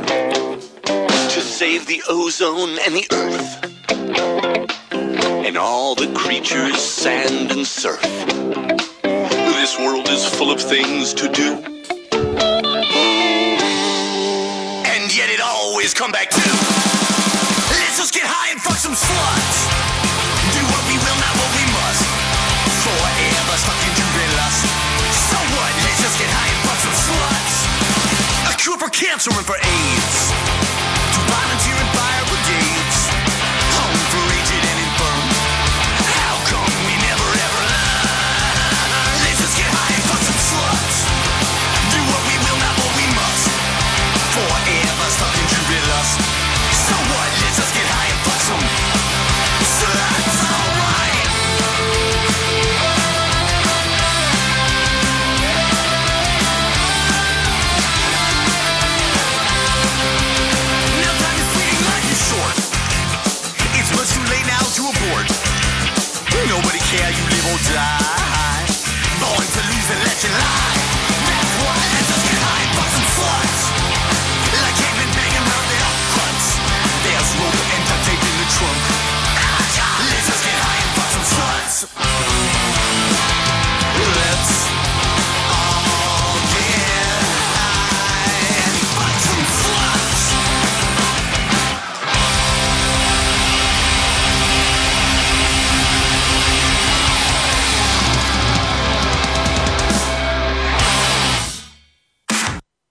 G: to save the ozone and the earth and all the creatures sand and surf this world is full of things to do and yet it always come back to let's just get high and fuck some sluts do what we will not what we must forever stuck in jubilee lust so what let's just get high and fuck some sluts a cure for cancer and for aids to volunteer in fire brigades, home for aged and infirm. How come we never ever learn? Let's just get high and fuck some sluts. Do what we will, not what we must. Forever stuck in juvenile. care, you live or die.